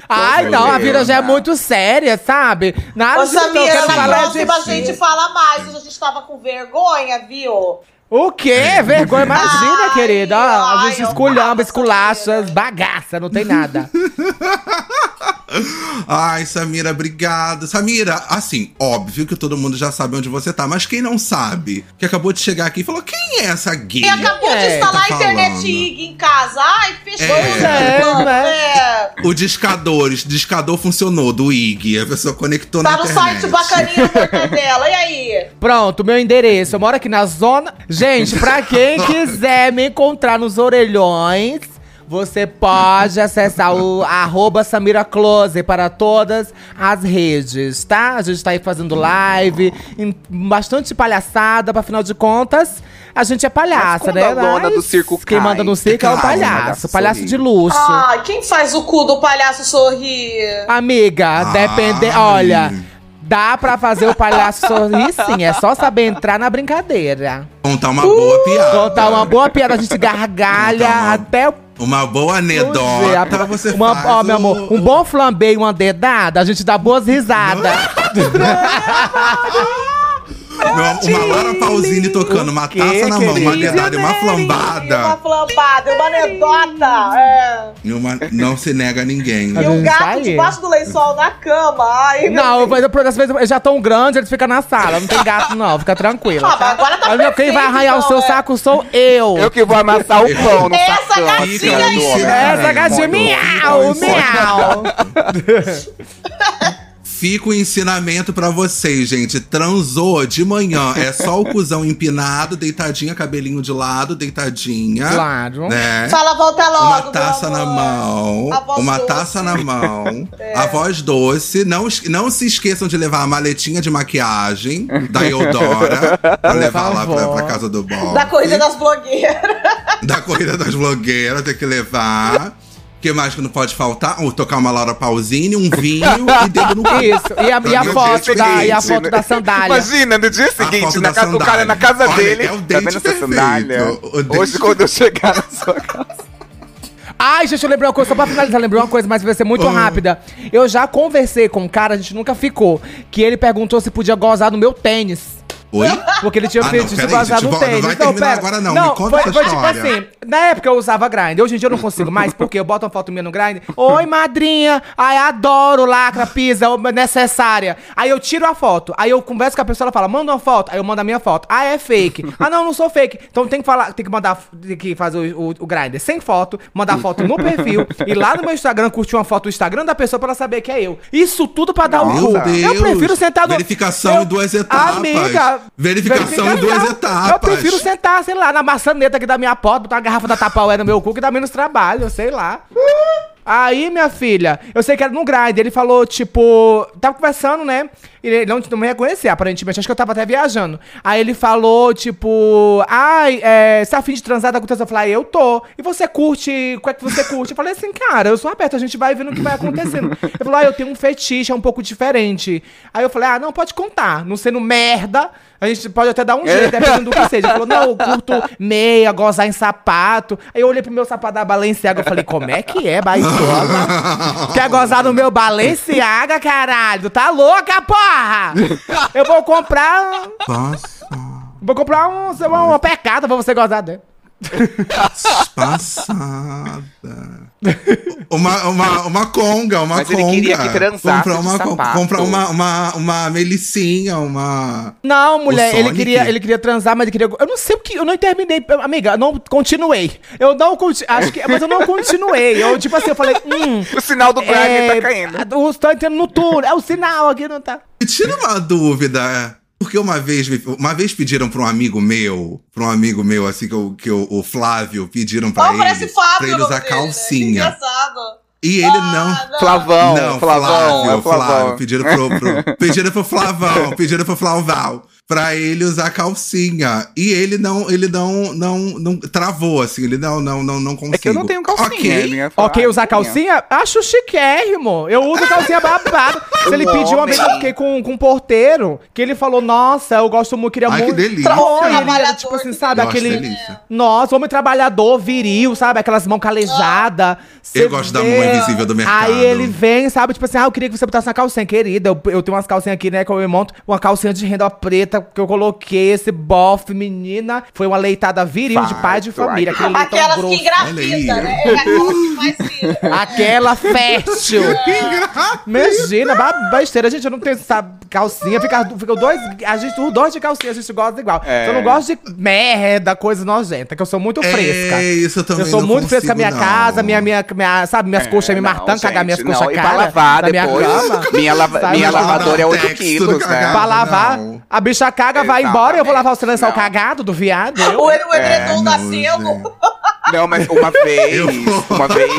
F: Ai, não, a vida já é muito séria, sabe? Nada
C: Ô,
F: de eu
C: Samira,
F: quero
C: na
F: falar de...
C: próxima a gente fala mais. Hoje a gente tava com vergonha, viu?
F: O quê? Vergonha, imagina,
C: Ai,
F: querida. ó, a
C: ai,
F: gente
C: eu
F: esculhamba,
C: amava
F: esculacha,
C: Samira.
F: bagaça, não tem nada.
E: Ai, Samira, obrigado. Samira, assim, óbvio que todo mundo já sabe onde você tá, mas quem não sabe, que acabou de chegar aqui e falou: quem é essa gay?
C: E acabou de
F: é,
C: instalar
E: tá
C: a internet
E: falando.
C: IG em casa. Ai, fechou.
E: Pois
F: é,
C: mano.
F: né?
C: É.
E: O discador, o discador funcionou do IG, a pessoa conectou
C: Tá
E: na
C: no
E: internet.
C: site bacaninha da internet dela. E aí?
F: Pronto, meu endereço. Eu moro aqui na zona. Gente, pra quem quiser me encontrar nos orelhões, você pode acessar o arroba Samira Close para todas as redes, tá? A gente tá aí fazendo live, em- bastante palhaçada, pra final de contas. A gente é palhaça,
B: quando
F: né?
B: a dona do circo
F: Quem
B: cai,
F: manda no circo é o
B: cai, né?
F: palhaço,
B: palhaço
F: palhaço
B: sorri.
F: de luxo.
C: Ai, quem faz o cu do palhaço sorrir?
B: Ah.
F: Amiga,
E: Ai.
F: depende. Olha, dá pra fazer o palhaço sorrir sim, é só saber entrar na brincadeira.
E: Contar uma
F: Uh,
E: boa piada.
F: Contar uma boa piada, a gente gargalha
E: Contar uma-
F: até o.
E: Uma boa
F: dia.
E: anedota, é, você
F: uma,
E: faz
F: ó, meu
E: o-
F: amor, um bom flambê e uma dedada, a gente dá boas risadas.
E: Meu- Uma Lara Pausini tocando, uma
F: O quê,
E: taça na mão, uma
F: querida?
E: dedada e uma
C: Uma
E: flambada.
C: flambada, uma anedota. É.
E: E uma- Não se nega a ninguém.
F: Tá
C: E um
F: vendo? Isso
C: gato
F: aí.
C: debaixo do lençol na cama. Ai, meu
F: não, mas eu, dessa vez eles já um tão grandes, eles ficam na sala. Não tem gato, não, fica tranquila.
C: Ah, mas agora tá
F: Olha, Quem vai
C: perfeito,
F: arranhar o
C: então,
F: seu
C: é.
F: saco sou eu.
B: Eu que vou amassar o pão no
C: Essa
B: sacão.
C: gatinha
B: cara,
C: aí,
B: do homem.
F: Essa é
E: Caralho,
F: gatinha
E: mano.
F: miau,
E: Fica o
F: miau.
E: Fica o ensinamento pra vocês, gente. Transou de manhã, é só o cuzão empinado, deitadinha, cabelinho de lado, deitadinha.
F: Claro.
E: Né?
C: Fala, volta logo.
E: Uma taça
C: meu
E: na
C: amor.
E: mão,
C: A voz
E: uma
C: doce. É.
E: taça na mão, a voz doce. Não, es- não se esqueçam de levar a maletinha de maquiagem da Eudora pra levar lá pra,
F: favor.
E: pra casa do Bob.
C: Da corrida das blogueiras.
E: da corrida das blogueiras, tem que levar. O que mais que não pode faltar? Ou tocar uma Laura Pausini, um vinho e dedo no cu.
F: Isso, e a, e a
E: Meu
F: foto
E: Deus,
F: da, e a
E: é gente, né?
F: foto da sandália.
B: Imagina, no dia
E: foto
B: seguinte,
E: da
B: na casa, o
E: sandália.
B: cara na casa
E: Olha,
B: dele.
E: é o
B: tá
E: date
B: vendo essa
E: perfeito.
B: sandália?
E: O date-
B: Hoje, quando eu chegar na sua casa.
F: Ai, gente, eu lembrei uma coisa, só pra finalizar, lembrei uma coisa, mas vai ser muito rápida. Eu já conversei com um cara, a gente nunca ficou, que ele perguntou se podia gozar no meu tênis.
E: Oi?
F: Porque ele tinha
E: Ah,
F: feito
E: não,
F: de
E: peraí,
F: vazar
E: gente,
F: no
E: bora, não
F: tênis. Então,
E: vai terminar agora, não. Me conta essa
F: foi, foi tipo
E: história.
F: assim, na época eu usava grind. Hoje em dia eu não consigo mais, porque eu boto uma foto minha no grind. Oi, madrinha! Ai, adoro lacra, pisa, ô, necessária. Aí eu tiro a foto. Aí eu converso com a pessoa, ela fala, manda uma foto. Aí eu mando a minha foto. Ah, é fake. Ah, não, não sou fake. Então tem que falar, tem que mandar, tem que fazer o, o, o grind sem foto, mandar foto no perfil e lá no meu Instagram curtir uma foto do Instagram da pessoa pra ela saber que é eu. Isso tudo pra dar o
E: Meu
F: cu.
E: Deus.
F: Eu prefiro sentar no.
E: Verificação
F: Eu-
E: em duas etapas.
F: Amiga!
E: Verificação em duas
F: não.
E: etapas.
F: Eu prefiro sentar, sei lá, na maçaneta aqui da minha porta, botar uma garrafa da Tapaué no meu cu que dá menos trabalho, sei lá. Aí, minha filha, eu sei que era no grind, ele falou, tipo, tava conversando, né? E Ele não, não me reconhecia, aparentemente, acho que eu tava até viajando. Aí ele falou, tipo, ai, é, você tá afim de transar da acontecendo? Eu falei, ah, eu tô. E você curte, qual é que você curte? Eu falei assim, cara, eu sou aberto, a gente vai vendo o que vai acontecendo. Ele falou, ah, eu tenho um fetiche, é um pouco diferente. Aí eu falei, ah, não, pode contar, não sendo merda, a gente pode até dar um jeito, dependendo do que seja. Ele falou, não, eu curto meia, gozar em sapato. Aí eu olhei pro meu sapato da Balenciaga, eu falei, como é que é, baitola? Quer gozar no meu Balenciaga, caralho? Tá louca, porra? Eu vou comprar,
E: Passa,
F: vou comprar um, sei lá, uma pecada pra você gozar dele.
E: passada. Uma, uma, uma conga, uma
B: Mas ele
E: conga.
B: queria que transasse
E: Comprar
B: de
E: uma, con-
B: sapato.
E: comprar uma, uma, uma melicinha, uma...
F: Não, mulher,
E: O
F: ele
E: Sonic?
F: queria, ele queria transar, mas ele queria. Eu não sei o que. Eu não terminei. eu- Amiga, eu não continuei. Eu não conti, acho que, Mas eu não continuei. Eu, tipo assim, eu falei, hum.
B: O sinal do Grime
F: é,
B: tá caindo.
F: O tá entrando no túnel. É o sinal aqui, não tá.
E: Me tira uma dúvida. Porque uma vez, me- uma vez pediram pra um amigo meu, pra um amigo meu, assim, que, eu, que eu- o Flávio, pediram pra
C: Ó,
E: ele,
C: parece Fábio.
E: pra
C: o
E: ele
C: nome
E: usar
C: dele, né? Que
E: calcinha.
C: Engraçado.
E: E ele não,
C: Ah,
B: Flavão,
E: não,
B: Flavão,
E: Flávio,
B: é Flavão.
E: Pediram pro, pro, pediram pro Flavão, pediram pro Flaval pra ele usar calcinha. E ele não, ele não, não, não travou, assim, ele não, não, não, não consegue.
B: É que eu não tenho calcinha. ele ia falar,
F: Ok, usar
B: "Ah,
F: calcinha? Acho chiquérrimo. Eu uso calcinha babada. Se ele
B: Um
F: pediu uma vez, eu
B: homem.
F: fiquei com, com um porteiro, que ele falou, nossa, eu gosto muito,
B: É
F: queria
E: Ai, que
F: muito.
E: delícia.
F: Foi, ele era,
C: Trabalhador.
F: tipo assim, sabe,
E: Nossa,
F: aquele...
E: delícia.
F: Nossa, homem trabalhador, viril, sabe? Aquelas mãos calejadas. Cê
E: Eu gosto da mão
F: vê-
E: invisível do mercado.
F: Aí ele vem, sabe? Tipo assim, ah, eu queria que você botasse uma calcinha, querida. Eu, eu tenho umas calcinhas aqui, né? Que eu monto. Uma calcinha de renda preta que eu coloquei. Esse bofe, menina. Foi uma leitada viril de pai de
B: Fato,
F: família. Aquele leitão
C: Aquelas que
F: é grosso.
E: Olha
C: engravida,
E: aí.
C: né? É aquela que faz filho.
F: Aquela fértil. Imagina, ba- besteira. Gente, eu não tenho, sabe, calcinha. Fica, fica dois, a gente, os dois de calcinha, a gente gosta igual.
B: É.
F: Eu não gosto de merda, coisa nojenta, que eu sou muito fresca.
E: É, isso eu também
F: Eu sou
E: não
F: muito fresca com a minha
E: consigo, não.
F: casa, minha, minha, minha, sabe, minhas coxas me
B: É, não,
F: matando, cagar
B: gente,
F: minhas
B: não,
F: coxas
B: e pra
F: cara,
B: lavar
F: na minha
B: depois.
F: cama.
B: Minha, lava-
F: Sabe?
B: minha
F: Não,
B: lavadora é
E: não,
B: 8
E: texto do
B: quilos, né?
E: cagado.
F: Pra lavar,
E: não.
F: a bicha caga, vai
B: Exatamente,
F: embora e eu vou lavar o lençol
B: não.
F: cagado do viado.
C: O, o
F: Eu?
C: edredom da
E: É, não,
C: selo.
B: Não, mas uma
E: Eu
B: vez,
E: vou-
B: uma vez.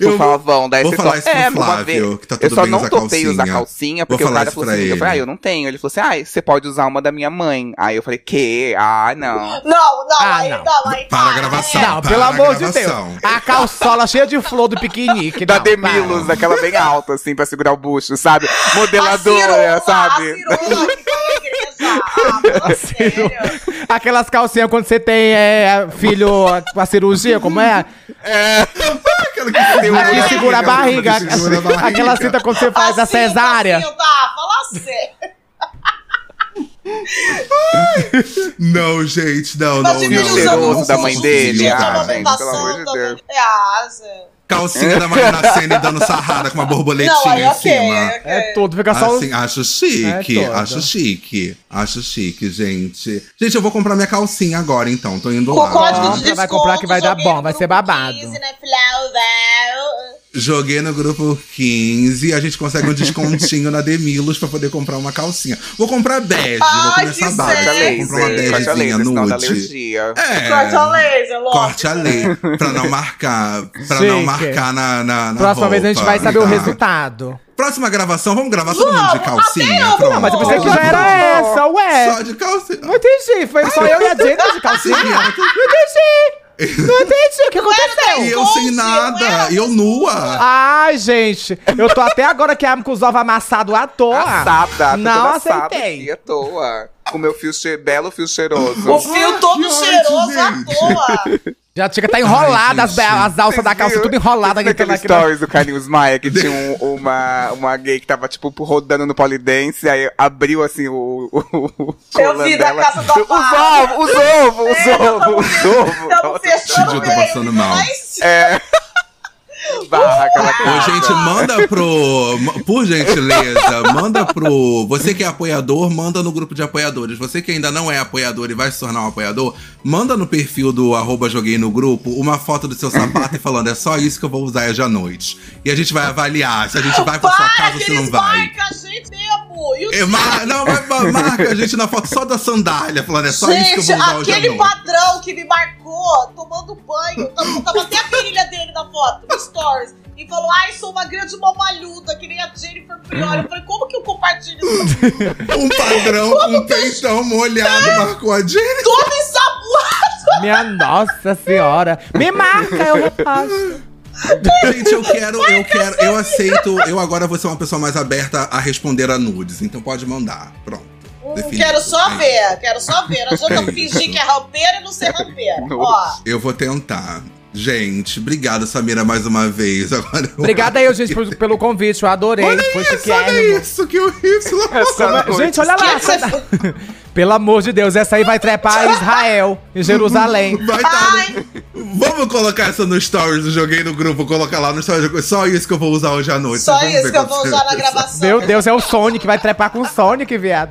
E: Eu
B: Por favor, daí
E: vou
B: você
E: falar
B: só...
E: isso pro
B: é, uma
E: Flávio,
B: vez-
E: que tá
B: Eu
E: tudo
B: só
E: bem
B: não
E: usar
B: topei usar
E: calcinha.
B: calcinha,
E: Vou
B: porque o
E: falar
B: cara
E: isso
B: falou
E: pra
B: assim, eu falei, ah,
E: ele.
B: eu não tenho. Ele falou assim, ah, você pode usar uma da minha mãe. Aí eu falei, que? Ah, não.
C: Não, não,
F: Ah,
C: aí,
F: não.
C: não. aí. né?
E: Para a gravação.
F: Não,
E: para
F: pelo
E: a
F: amor de Deus.
E: gravação.
F: A calçola cheia de flor do piquenique.
B: Da
F: não,
B: Demilos, daquela bem alta, assim, pra segurar o bucho, sabe? Modeladora,
C: A
B: sabe?
C: cirola que tá na igreja. Ah, fala sério.
F: para. Então, Aquelas calcinhas quando você tem é, filho com a cirurgia, como é?
E: Aquela que
B: Segura
F: Aqui
B: a
F: segura a barriga.
E: barriga. Que segura a barriga.
F: Aquela cinta quando você faz a
C: Assim,
F: cesárea.
C: assim, tá, fala sério.
E: Não, gente, não, não,
C: Mas
E: não.
C: o
B: filho
E: não,
C: usando
E: não
C: um
B: cheiroso da
E: consigo
B: mãe dele,
E: usar.
B: ah,
C: Ah,
B: gente, pelo amor de Deus.
C: É, ah, Zé.
E: Calcinha da Marina Senna dando sarrada com uma borboletinha
C: Não, aí
E: em
C: ok.
E: cima.
C: ok.
F: É tudo, fica só.
E: Assim, acho chique,
F: É toda.
E: acho chique, acho chique, gente. Gente, eu vou comprar minha calcinha agora, então. Tô indo
C: Com
E: lá.
C: código de
F: Compra,
C: desconto.
F: vai comprar que vai dar
C: joguei
F: bom,
C: no
F: vai ser
C: grupo
F: babado.
C: 15, né, Flávio?
E: Joguei no grupo 15, a gente consegue um descontinho na Demilos pra poder comprar uma calcinha. Vou comprar bege, vou
C: Ai,
E: começar
C: que
E: básica.
B: Corte a
E: Vou comprar uma
B: laser, corte a
E: begezinha
B: laser, senão dá
E: nude.
B: alergia.
E: É,
C: Corte a laser, lógico.
E: corte a lei, pra não marcar, pra não
F: Chique.
E: marcar na, na, na
F: Próxima vez a gente
E: roupa,
F: vai saber o
E: tá?
F: resultado.
E: Próxima gravação, vamos gravar todo mundo de calcinha?
C: eu vou-
E: Pronto.
F: Não, mas eu pensei que
C: Não,
F: já era é. essa, ué.
E: Ah, Só de calcinha.
F: Não entendi, foi só eu e a Jada de calcinha.
E: Sim,
F: Não
E: ela
F: entendi. Não entendi, o que
E: E
F: aconteceu?
E: eu sem nada, e eu nua.
F: Ai, gente, eu tô até agora que amo com os ovos amassados à toa.
B: Assada,
F: Não
B: Tá toda assada
F: aceitei.
B: aqui à toa. Com meu fio che... belo fio cheiroso.
C: O fio todo
E: Ai,
C: cheiroso à
E: gente.
C: toa.
F: Já chega tá enrolada,
E: Ai,
F: as,
E: gente.
F: as alças da calça tudo enrolada aqui
B: naquele
F: pela
B: Tipo stories do Carlinhos Maia, que tinha um- uma, uma gay que tava, tipo, rodando no polidense, aí abriu, assim, o... o, o
C: Eu
B: colã
C: vi da
B: dela.
C: casa do
B: Os
C: Aparo.
B: ovos, os ovos, os
C: É, eu
B: ovos,
C: tava
B: os
C: vendo,
B: ovos.
C: Tamo fechando
E: eu tô
C: bem,
E: passando mal.
C: então
E: É
C: mas-
B: Barra aquela
E: Ô,
B: casa.
E: gente, manda pro. ma- Por gentileza, manda pro. Você que é apoiador, manda no grupo de apoiadores. Você que ainda não é apoiador e vai se tornar um apoiador, manda no perfil do arroba joguei no grupo uma foto do seu sapato e falando: é só isso que eu vou usar hoje à noite. E a gente vai avaliar se a gente vai pra sua
C: Para
E: casa ou
C: que
E: se não
C: eles
E: vai.
C: marcam a gente mesmo. E o
E: É, mar- Não, mas mas marca a gente na foto só da sandália, falando, é só isso que eu
C: Gente,
E: vou usar hoje à
C: aquele
E: noite.
C: padrão que me marcou tomando banho, tava, tava até a virilha dele na foto, no stories, e falou: Ai, sou uma grande mamalhuda, que nem a Jennifer Priori. Eu falei: Como que eu compartilho isso?
E: Um padrão, um peitão molhado, marcou a gente.
C: Tome sabor!
F: cara. Minha nossa senhora. Me marca, eu repasso.
E: Gente, eu quero, eu quero, eu aceito. Eu agora vou ser uma pessoa mais aberta a responder a nudes, então pode mandar. Pronto. definido.
C: Hum, Quero só
E: É
C: ver, quero só ver. Não adianta
E: É
C: fingir
E: isso.
C: que é rampeira e não ser rampeira. Ó.
B: Nossa.
E: isso. Eu vou tentar. Gente, obrigado, Samira, mais uma vez. Agora eu-
F: Obrigada aí, gente, por- pelo convite, eu adorei. Foi é,
E: Isso, olha
F: chiquérrimo.
E: isso, que horrível.
B: Essa
E: é-
B: noite.
F: Gente, olha lá.
C: que que você-
F: Pelo amor de Deus, essa aí vai trepar em Israel, em Jerusalém.
E: Vai estar.
C: Ai,
E: Vamos colocar essa no stories, eu joguei no grupo, colocar lá no stories. Só isso que eu vou um usar hoje à noite.
C: só
E: Vamos ver
C: isso que eu vou
E: quanto- é.
C: usar na gravação.
F: Meu Deus, é o Sonic, vai trepar com o Sonic, viado.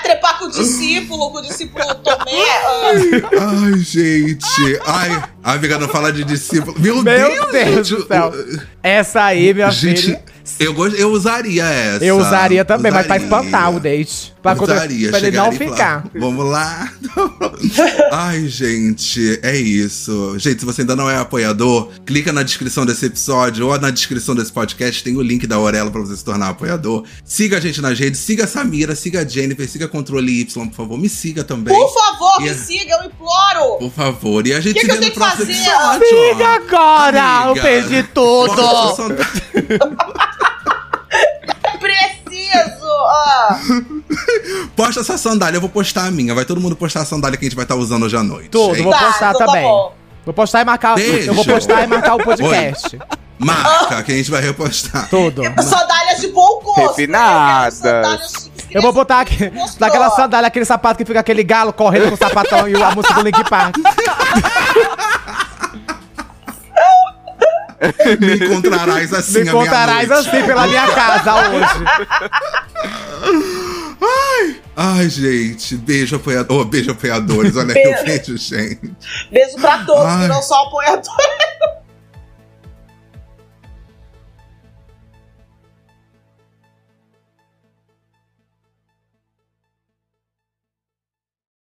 C: trepar com o discípulo, com o discípulo Tomé. ah.
E: Ai, gente. Ai, A amiga não fala de discípulo. Meu,
F: Meu Deus
E: gente,
F: do céu.
E: o-
F: Essa aí, minha
E: Gente,
F: filha.
E: eu, gost... eu usaria essa.
F: Eu usaria também, mas pra
E: Usaria.
F: espantar o date. Pra, quando-
E: usaria,
F: pra ele
E: chegaria
F: não
E: e
F: ficar.
E: falar, Vamos lá. Ai, gente, é isso. Gente, se você ainda não é apoiador, clica na descrição desse episódio ou na descrição desse podcast, tem o link da Orelha pra você se tornar apoiador. Siga a gente nas redes, siga a Samira, siga a Jennifer, siga a Controle Y, por favor, me siga também.
C: Por favor, me
E: Yeah.
C: siga, eu imploro.
E: Por favor. E a gente
C: Que que
E: se
C: eu
E: vê no
C: tenho que
E: próximo
C: fazer?
E: episódio.
F: Fica agora! Eu
E: Amiga.
F: perdi
E: Nossa,
F: tudo!
E: saudade.
C: É Preciso. Ah.
E: Posta essa sandália, eu vou postar a minha. Vai todo mundo postar a sandália que a gente vai estar usando hoje à noite.
F: Tudo,
E: gente.
F: Vou postar
C: então
F: também.
C: bom.
F: Vou postar e marcar.
E: Beijo.
F: Eu vou postar e marcar o podcast.
E: Marca que a gente vai repostar.
F: Tudo.
C: Sandálias de bom gosto.
B: Refinadas.
C: Eu quero sandálias chiques que
F: Eu vou
C: nem
F: botar aqui,
C: gostosa.
F: daquela sandália, aquele sapato que fica aquele galo correndo com o sapatão e a música do Link Park.
E: Me encontrarás assim,
F: Me
E: à meia-noite.
F: contarás assim pela minha casa hoje.
E: Ai, gente, beijo apoiador. Oh, um beijo apoiadores. Olha aí, eu beijo, gente.
C: Beijo pra todos,
E: Ai.
C: não só apoiadores.